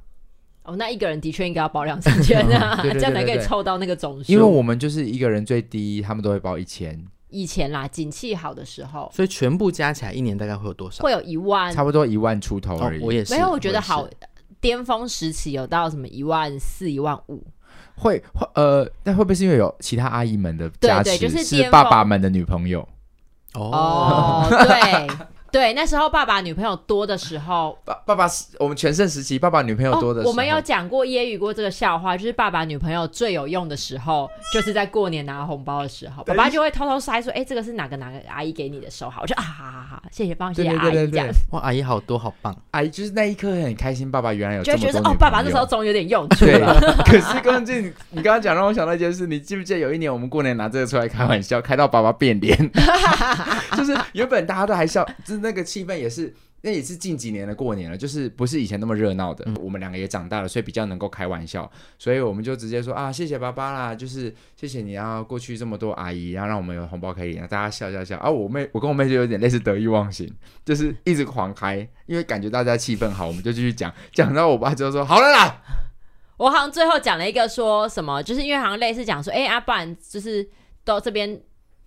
Speaker 3: 哦，那一个人的确应该要包两 三千啊，
Speaker 2: 对对对对
Speaker 3: 这样才可以
Speaker 2: 对
Speaker 3: 凑到那个总数。
Speaker 2: 因为我们就是一个人最低，他们都会包一千，
Speaker 3: 以前啦，景气好的时候
Speaker 1: 所以全部加起来一年大概会有多少？
Speaker 3: 会有一万，
Speaker 2: 差不多一万出头
Speaker 1: 哦
Speaker 2: 而已。，
Speaker 1: 我也是，
Speaker 3: 没有，我觉得
Speaker 1: 也是
Speaker 3: 好。呃巅峰时期有到什么一万四、一万五，
Speaker 2: 会会呃，那会不会是因为有其他阿姨们的
Speaker 3: 对
Speaker 2: 加持，
Speaker 3: 对就是巅峰
Speaker 2: 爸爸们的女朋友？
Speaker 1: 哦。
Speaker 3: 哦，对对，那时候爸爸女朋友多的时候，
Speaker 2: 爸爸爸是我们全盛时期，爸爸女朋友多的时候、
Speaker 3: 哦。我们有讲过、揶揄过这个笑话，就是爸爸女朋友最有用的时候，就是在过年拿红包的时候，爸爸就会偷偷塞说：“哎、这个是哪个哪个阿姨给你的收好。”我就啊，好好好，谢谢帮，谢
Speaker 2: 对
Speaker 3: 谢
Speaker 2: 对
Speaker 3: 阿
Speaker 2: 对对
Speaker 3: 姨这
Speaker 2: 对
Speaker 3: 样，，
Speaker 1: 哇，阿姨好多，好棒！
Speaker 2: 阿姨就是那一刻很开心，爸爸原来有
Speaker 3: 就
Speaker 2: 这
Speaker 3: 会
Speaker 2: 么
Speaker 3: 觉
Speaker 2: 多女
Speaker 3: 得说：“哦，
Speaker 2: 朋
Speaker 3: 爸爸那
Speaker 2: 友
Speaker 3: 时候终于有点用处
Speaker 2: 对
Speaker 3: 了。，
Speaker 2: 可是关键你你刚刚讲让我想到一件事，你记不记得有一年我们过年拿这个出来开玩笑，开到爸爸变脸， 就是原本大家都还笑，就是那个气氛也是。那也是近几年的过年了，就是不是以前那么热闹的。我们两个也长大了，所以比较能够开玩笑，所以我们就直接说啊，谢谢爸爸啦，就是谢谢你啊，过去这么多阿姨，然后啊让我们有红包可以领，大家笑笑笑啊。我妹，我跟我妹就有点类似得意忘形，就是一直狂开，因为感觉大家气氛好，我们就继续讲，讲到我爸就说好了啦，
Speaker 3: 我好像最后讲了一个说什么，就是因为好像类似讲说：“哎、啊，不然就是到这边。”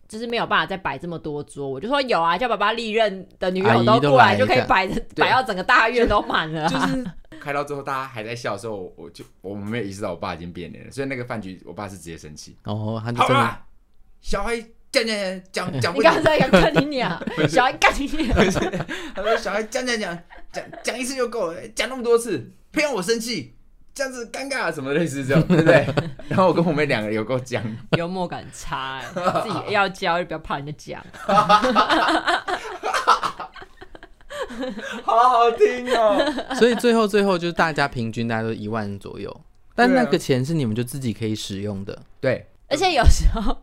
Speaker 3: 就是没有办法再摆这么多桌，我就说有啊，叫爸爸历任的女
Speaker 1: 阿
Speaker 3: 友
Speaker 1: 姨
Speaker 3: 都
Speaker 1: 都
Speaker 3: 过
Speaker 1: 来
Speaker 3: 来，就可以
Speaker 1: 看
Speaker 3: 摆着摆到整个大院都满 了啊、
Speaker 2: 就是 开到最后，大家还在笑的时候，我就我们没有意识到我爸已经变脸了，所以那个饭局，我爸是直接生气。
Speaker 1: 哦，他就
Speaker 2: 好
Speaker 1: 真的
Speaker 2: 啦，小孩讲讲讲讲讲
Speaker 3: 嗯 你
Speaker 2: 不
Speaker 3: 刚
Speaker 2: 讲，
Speaker 3: 才讲干你娘，小孩干你娘，
Speaker 2: 他说小孩讲讲讲讲讲一次就够了，讲那么多次，别让我生气，这样子尴尬什么类似这种，对不 对？然后我跟我妹两个人有够僵，
Speaker 3: 幽默感差、欸，自己要教就不要怕人家讲。
Speaker 2: 好好听哦。
Speaker 1: 所以最后最后就是大家平均大概都一万左右，但
Speaker 2: 对啊
Speaker 1: 那个钱是你们就自己可以使用的，
Speaker 2: 对，
Speaker 3: 而且有时候，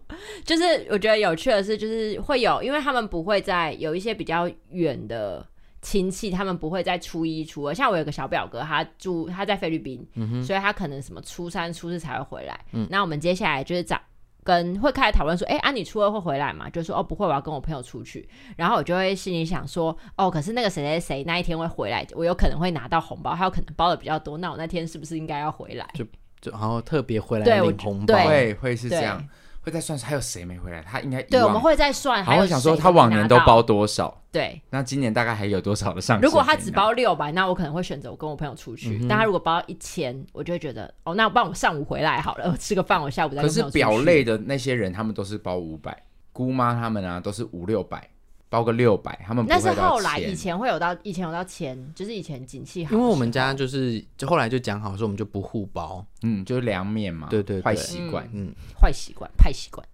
Speaker 3: 就是我觉得有趣的是，就是会有，因为他们不会在有一些比较远的亲戚，他们不会在初一初二。像我有个小表哥，他住他在菲律宾，
Speaker 2: 嗯
Speaker 3: 所以他可能什么初三、初四才会回来。那我们接下来就是找跟会开始讨论说，哎、啊，你初二会回来吗？就说哦，不会，我要跟我朋友出去。然后我就会心里想说，哦，可是那个谁谁谁那一天会回来，我有可能会拿到红包，他有可能包的比较多，那我那天是不是应该要回来？
Speaker 1: 就然后特别回来
Speaker 3: 对我
Speaker 1: 领红包
Speaker 3: 对。
Speaker 2: 会会是这
Speaker 3: 对
Speaker 2: 样，会再算还有谁没回来，他应该遗
Speaker 3: 对，我
Speaker 2: 忘
Speaker 3: 们会再算。
Speaker 2: 然
Speaker 3: 还
Speaker 2: 后
Speaker 3: 有
Speaker 2: 我想说
Speaker 3: 谁
Speaker 2: 他
Speaker 3: 没
Speaker 2: 往年都
Speaker 3: 拿到
Speaker 2: 包多少，
Speaker 3: 对，
Speaker 2: 那今年大概还有多少的上限可以拿？
Speaker 3: 如果他只包六百，那我可能会选择我跟我朋友出去。但他如果包一千，我就会觉得哦，那不然我上午回来好了， 我吃个饭，我下午再
Speaker 2: 可
Speaker 3: 跟
Speaker 2: 是
Speaker 3: 朋友出去
Speaker 2: 表类的那些人，他们都是包五百，姑妈他们啊都是五六百，包个六百，他们不
Speaker 3: 那
Speaker 2: 会
Speaker 3: 是
Speaker 2: 到
Speaker 3: 后来，
Speaker 2: 1000
Speaker 3: 以前会有到，以前有到千，就是以前景气好的时
Speaker 1: 因
Speaker 3: 候。
Speaker 1: 为我们家就是就后来就讲好说我们就不互包，
Speaker 2: 嗯就是凉面嘛，
Speaker 1: 对对对
Speaker 2: 坏习惯，
Speaker 1: 嗯，
Speaker 3: 坏习惯，坏习惯，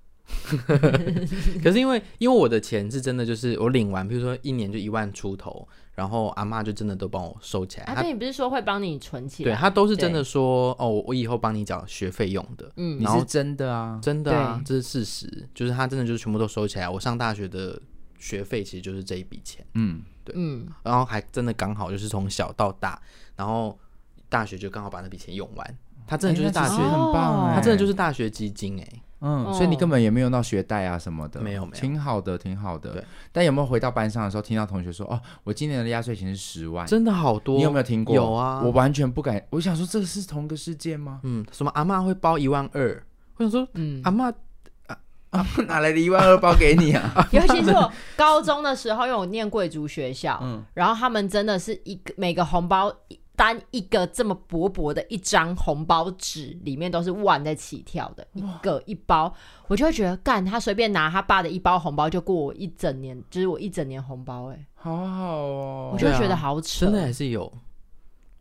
Speaker 1: 可是因为因为我的钱是真的就是我领完，比如说一年就一万出头，然后阿妈就真的都帮我收起来，
Speaker 3: 啊，
Speaker 1: 她
Speaker 3: 对你不是说会帮你存起
Speaker 1: 对
Speaker 3: 来？
Speaker 1: 她都是真的说哦，我以后帮你缴学费用的，
Speaker 3: 嗯
Speaker 2: 你
Speaker 1: 然后
Speaker 2: 是真的啊，
Speaker 1: 真的啊，这是事实，就是她真的就是全部都收起来。我上大学的学费其实就是这一笔钱，
Speaker 2: 嗯，
Speaker 3: 嗯，
Speaker 1: 然后还真的刚好就是从小到大，然后大学就刚好把那笔钱用完，她真的就是
Speaker 2: 哎那
Speaker 1: 大
Speaker 2: 其
Speaker 1: 学
Speaker 2: 实，很棒
Speaker 3: 哦
Speaker 2: 哎，
Speaker 1: 她真的就是大学基金哎、
Speaker 2: 嗯，所以你根本也没有到学贷啊什么的，
Speaker 1: 没有没有
Speaker 2: 挺好的，挺好的
Speaker 1: 对。
Speaker 2: 但有没有回到班上的时候，听到同学说哦，我今年的压岁钱是十万？
Speaker 1: 真的好多。
Speaker 2: 哎你有没有听过？
Speaker 1: 有啊，
Speaker 2: 我完全不敢。我想说，这是同个世 界吗？
Speaker 1: 嗯，什么阿嬷会包一万二，我想说，
Speaker 2: 嗯
Speaker 3: 嗯 啊
Speaker 1: 阿嬷
Speaker 2: 啊哪来的一万二包给你啊？
Speaker 3: 尤其是我
Speaker 2: 嗯
Speaker 3: 高中的时候，因为我念贵族学校，然后他们真的是一个每个红包
Speaker 4: 单一个这么薄薄的一张红包纸，里面都是万在起跳的，一个一包，我就会觉得干他随便拿他爸的一包红包就过我一整年，就是我一整年红包哎、
Speaker 2: 好好哦。
Speaker 4: 我就会觉
Speaker 1: 对
Speaker 4: 得
Speaker 1: 啊
Speaker 4: 好扯，
Speaker 2: 嗯
Speaker 1: 真的还是有。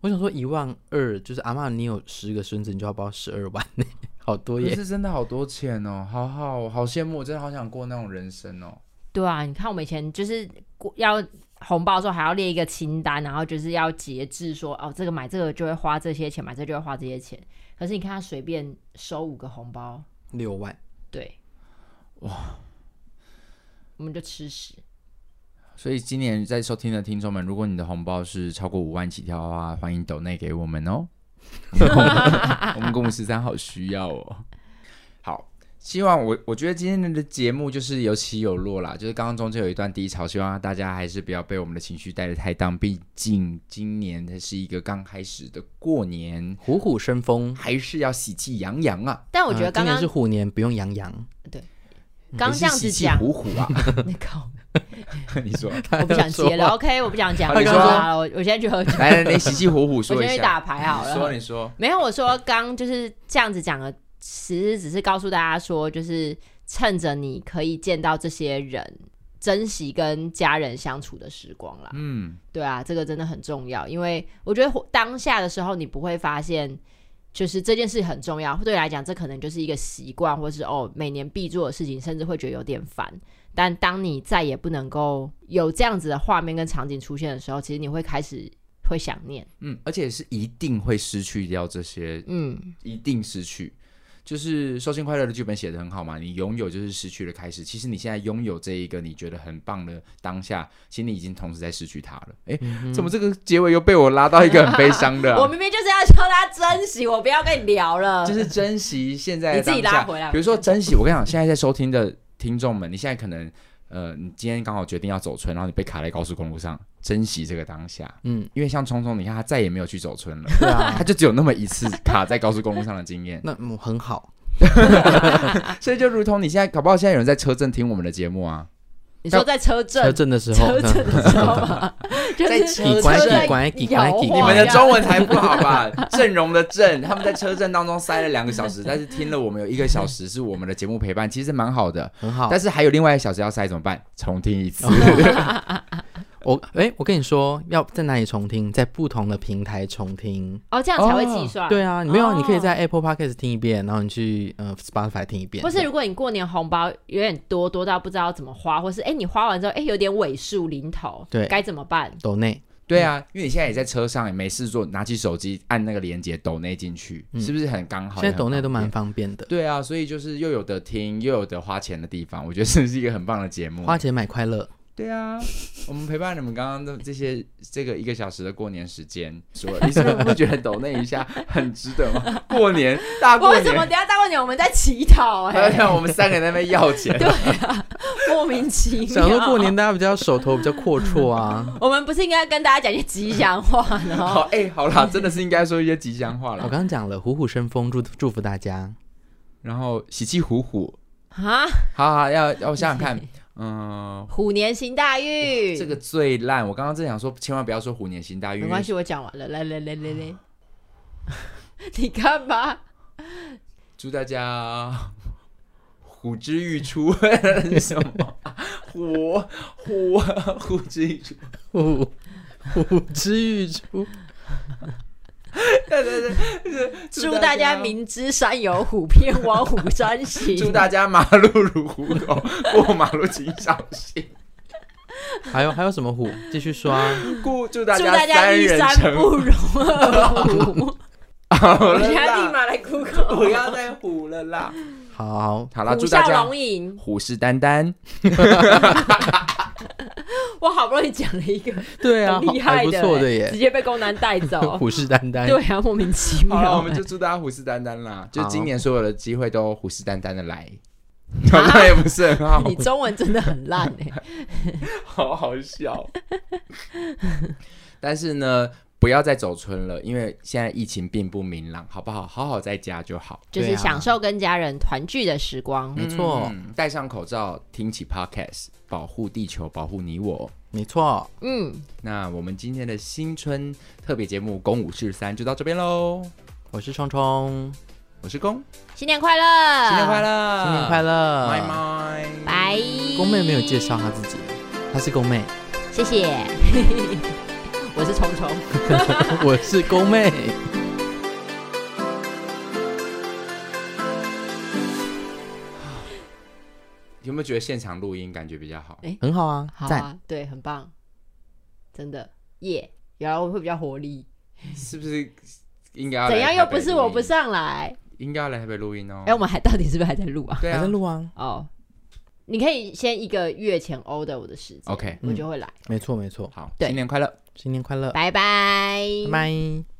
Speaker 1: 我想说一万二，就是阿嬷，你有十个孙子，你就要包十二万呢，好多
Speaker 2: 可
Speaker 1: 耶！
Speaker 2: 是真的好多钱哦，好好哦好羡慕，我真的好想过那种人生哦。
Speaker 3: 对啊，你看我们以前就是过要红包的时候还要列一个清单，然后就是要节制说哦，这个买这个就会花这些钱，买这个就会花这些钱。可是你看他随便收五个红包，
Speaker 1: 六万，
Speaker 3: 对，哇，我们就吃屎。
Speaker 2: 所以今年在收听的听众们，如果你的红包是超过五万起跳的话，欢迎抖内给我们 哦。我们公五十三好需要哦。好，希望我我觉得今天的节目就是有起有落啦，就是刚刚中间有一段低潮，希望大家还是不要被我们的情绪带得太当，毕竟今年它是一个刚开始的过年，
Speaker 1: 虎虎生风。
Speaker 2: 还是要喜气洋洋啊。
Speaker 3: 但我觉得
Speaker 1: 呃
Speaker 3: 刚
Speaker 1: 今
Speaker 3: 刚
Speaker 1: 年是虎年，不用洋洋。
Speaker 3: 刚这样
Speaker 2: 也是喜
Speaker 3: 子
Speaker 2: 气
Speaker 3: 讲，
Speaker 2: 虎虎啊！
Speaker 3: 那个
Speaker 2: 你说，
Speaker 1: 他
Speaker 3: 我不想接了
Speaker 1: 说
Speaker 3: ，OK，我不想讲，
Speaker 2: 他
Speaker 3: 我
Speaker 2: 说
Speaker 3: 说啊我我先去喝酒，
Speaker 2: 来来来，喜气虎虎
Speaker 3: 我
Speaker 2: 说一
Speaker 3: 先
Speaker 2: 下。
Speaker 3: 去打牌好
Speaker 2: 你
Speaker 3: 了。
Speaker 2: 说，你说，
Speaker 3: 没有，我说刚就是这样子讲的，其实只是告诉大家说，就是趁着你可以见到这些人，珍惜跟家人相处的时光啦。
Speaker 2: 嗯。
Speaker 3: 对啊，这个真的很重要，因为我觉得活当下的时候，你不会发现。就是这件事很重要，对你来讲，这可能就是一个习惯，或是哦每年必做的事情，甚至会觉得有点烦。但当你再也不能够有这样子的画面跟场景出现的时候，其实你会开始会想念，
Speaker 2: 嗯，而且是一定会失去掉这些，
Speaker 3: 嗯，
Speaker 2: 一定失去。就是《收信快乐》的剧本写的很好嘛，你拥有就是失去的开始。其实你现在拥有这一个你觉得很棒的当下，其实你已经同时在失去它了。哎、
Speaker 1: 嗯
Speaker 2: 怎么这个结尾又被我拉到一个很悲伤的、
Speaker 3: 嗯我
Speaker 2: 啊？
Speaker 3: 明明就是要教大家珍惜，我不要跟你聊了。
Speaker 2: 就是珍惜现在的
Speaker 3: 你自
Speaker 2: 当
Speaker 3: 己
Speaker 2: 下。
Speaker 3: 拉回来
Speaker 2: 比如说珍惜，我跟你讲，现在在收听的听众们，你现在可能呃，你今天刚好决定要走村，然后你被卡在高速公路上，珍惜这个当下。
Speaker 1: 嗯，
Speaker 2: 因为像聪聪，你看他再也没有去走村了。
Speaker 1: 对啊，
Speaker 2: 他就只有那么一次卡在高速公路上的 经验，
Speaker 1: 那嗯很好。
Speaker 2: 所以就如同你现在，搞不好现在有人在车震听我们的节目 啊，
Speaker 3: 你说在车震
Speaker 1: 车，震的时候，
Speaker 3: 车震的时候嘛，就是
Speaker 1: 嗯
Speaker 3: 车
Speaker 1: 你关系
Speaker 3: 在
Speaker 1: 关系关系，
Speaker 3: 摇
Speaker 2: 你
Speaker 3: 晃啊
Speaker 2: 们
Speaker 1: 关
Speaker 2: 的
Speaker 1: 系
Speaker 2: 中文才不好吧？阵容的阵，他们在车震当中塞了两个 小时，但是听了我们有一个小时是我们的节目陪伴，其实蛮好的。
Speaker 1: 很好
Speaker 2: 但。是还有另外一个小时要塞怎么办？重听一次。
Speaker 1: 我哎、我跟你说，要在哪里重听？在不同的平台重听。
Speaker 3: 哦，这样才会计算。
Speaker 1: 对啊，你没有啊，你可以
Speaker 3: 哦
Speaker 1: 在 Apple Podcast 听一遍，然后你去呃 Spotify 听一遍。
Speaker 3: 或是如果你过年红包有点多，多到不知道怎么花，或是哎、你花完之后哎、有点尾数零头，
Speaker 1: 对
Speaker 3: 该怎么办？
Speaker 1: 抖内，
Speaker 2: 对
Speaker 1: 嗯
Speaker 2: 啊，因为你现在也在车上，也没事做，拿起手机按那个连接抖内进去，
Speaker 1: 嗯
Speaker 2: 是不是很刚好？
Speaker 1: 现在
Speaker 2: 也很
Speaker 1: 抖内都
Speaker 2: 方
Speaker 1: 蛮
Speaker 2: 便。
Speaker 1: 方便的，
Speaker 2: 对啊，所以就是又有的听，又有的花钱的地方，我觉得这是一个很棒的节目。
Speaker 1: 花钱买快乐。
Speaker 2: 对啊，我们陪伴你们刚刚的这些这个一个小时的过年时间，说你是不是不觉得抖那一下很值得 吗？过年大过
Speaker 3: 为什么
Speaker 2: 年，
Speaker 3: 等一下大过年我们在乞讨、
Speaker 2: 还要
Speaker 3: 哎，
Speaker 2: 让我们三个人在那边要 钱，
Speaker 3: 莫名其妙。
Speaker 1: 想说过年大家比较手头比较阔绰 啊。
Speaker 3: 我们不是应该跟大家讲一些吉祥话 呢？
Speaker 2: 好哎、好啦，真的是应该说一些吉祥话
Speaker 1: 我
Speaker 2: 了
Speaker 1: 刚，刚讲了，虎虎生风，祝祝福大家。
Speaker 2: 然后喜气虎虎，
Speaker 3: 啊，
Speaker 2: 好好要要我想 想看，嗯、
Speaker 3: 虎年行大运。
Speaker 2: 这个最烂，我刚刚正想说千万不要说虎年行大运，
Speaker 3: 没关系，我讲完了。来来来来来， 你看吧，
Speaker 2: 祝大家虎之欲出， 是什么？虎虎虎之欲出。
Speaker 1: 虎虎之欲出，
Speaker 2: 对对对，
Speaker 3: 祝大家明知山有虎，偏往虎山行。
Speaker 2: 祝大家马路如虎口，过马路请小心。
Speaker 1: 还有还有什么 虎？继续说啊。
Speaker 2: 故祝大
Speaker 3: 祝
Speaker 2: 家
Speaker 3: 大家
Speaker 2: 三
Speaker 3: 一
Speaker 2: 人
Speaker 3: 山
Speaker 2: 成
Speaker 3: 不容二虎。
Speaker 2: 好
Speaker 3: 我
Speaker 2: 了
Speaker 3: 现在立
Speaker 2: 啦，
Speaker 3: 马来 Google。
Speaker 2: 不要再虎了啦。
Speaker 1: 好，
Speaker 2: 好啦，
Speaker 3: 虎
Speaker 2: 祝大
Speaker 3: 啸
Speaker 2: 家
Speaker 3: 龙吟，
Speaker 2: 虎视眈眈。
Speaker 3: 我好不容易讲了一个
Speaker 1: 对啊，
Speaker 3: 很厉害
Speaker 1: 还不
Speaker 3: 的、
Speaker 1: 错的
Speaker 3: 直
Speaker 1: 耶，
Speaker 3: 接被公男 带走。
Speaker 1: 虎视眈眈。
Speaker 3: 对啊，莫名其
Speaker 2: 好了，
Speaker 3: 妙
Speaker 2: 我。们就祝大家虎视眈眈 啦，就
Speaker 1: 好
Speaker 2: 今年所有的机会都虎视眈眈的来。好像也不 是很好，
Speaker 3: 你中文真的很烂
Speaker 2: 啊
Speaker 3: 哎、
Speaker 2: 好好笑。但是呢，不不要再走村了，因为现在疫情并不明朗，好不好？好好在家就好。
Speaker 3: 就
Speaker 1: 对
Speaker 3: 是
Speaker 1: 啊
Speaker 3: 享受跟家人团聚的时光。
Speaker 1: 没错，
Speaker 2: 嗯戴上口罩，听起 Podcast，保护地球，保护你我。
Speaker 1: 没错，
Speaker 3: 嗯，
Speaker 2: 那我们今天的新春特别节目《公五是三》就到这边喽。
Speaker 1: 我是冲冲，
Speaker 2: 我是公，
Speaker 3: 新年快乐，
Speaker 2: 新年快，
Speaker 3: 啊
Speaker 2: 乐，
Speaker 1: 新年快乐！
Speaker 2: 拜拜，
Speaker 3: 拜。
Speaker 1: 宫妹没有介绍她自己，她是宫妹，
Speaker 3: 谢谢， 我是虫虫。啊
Speaker 1: 我是宫 妹。
Speaker 2: 有没有觉得现场录音感觉比较好？
Speaker 1: 很好啊
Speaker 3: 好，
Speaker 1: 赞、
Speaker 3: 啊，对，很棒，真的耶，然后会比较活力。
Speaker 2: 是不是应该要来
Speaker 3: 怎样
Speaker 2: 台
Speaker 3: 又
Speaker 2: 北
Speaker 3: 不是
Speaker 2: 录音
Speaker 3: 我不，上来？
Speaker 2: 应该要来台北录音哦。
Speaker 3: 哎、我们还到底是不是还在录啊？
Speaker 2: 对
Speaker 1: 还
Speaker 2: 啊
Speaker 1: 在，录啊，
Speaker 3: 哦，你可以先一个月前欧的我的时间
Speaker 2: OK
Speaker 3: 我就会来。
Speaker 1: 没错没错，
Speaker 2: 好，
Speaker 3: 对
Speaker 2: 新年快乐。
Speaker 1: 新年快乐，
Speaker 3: 拜拜，
Speaker 1: 拜拜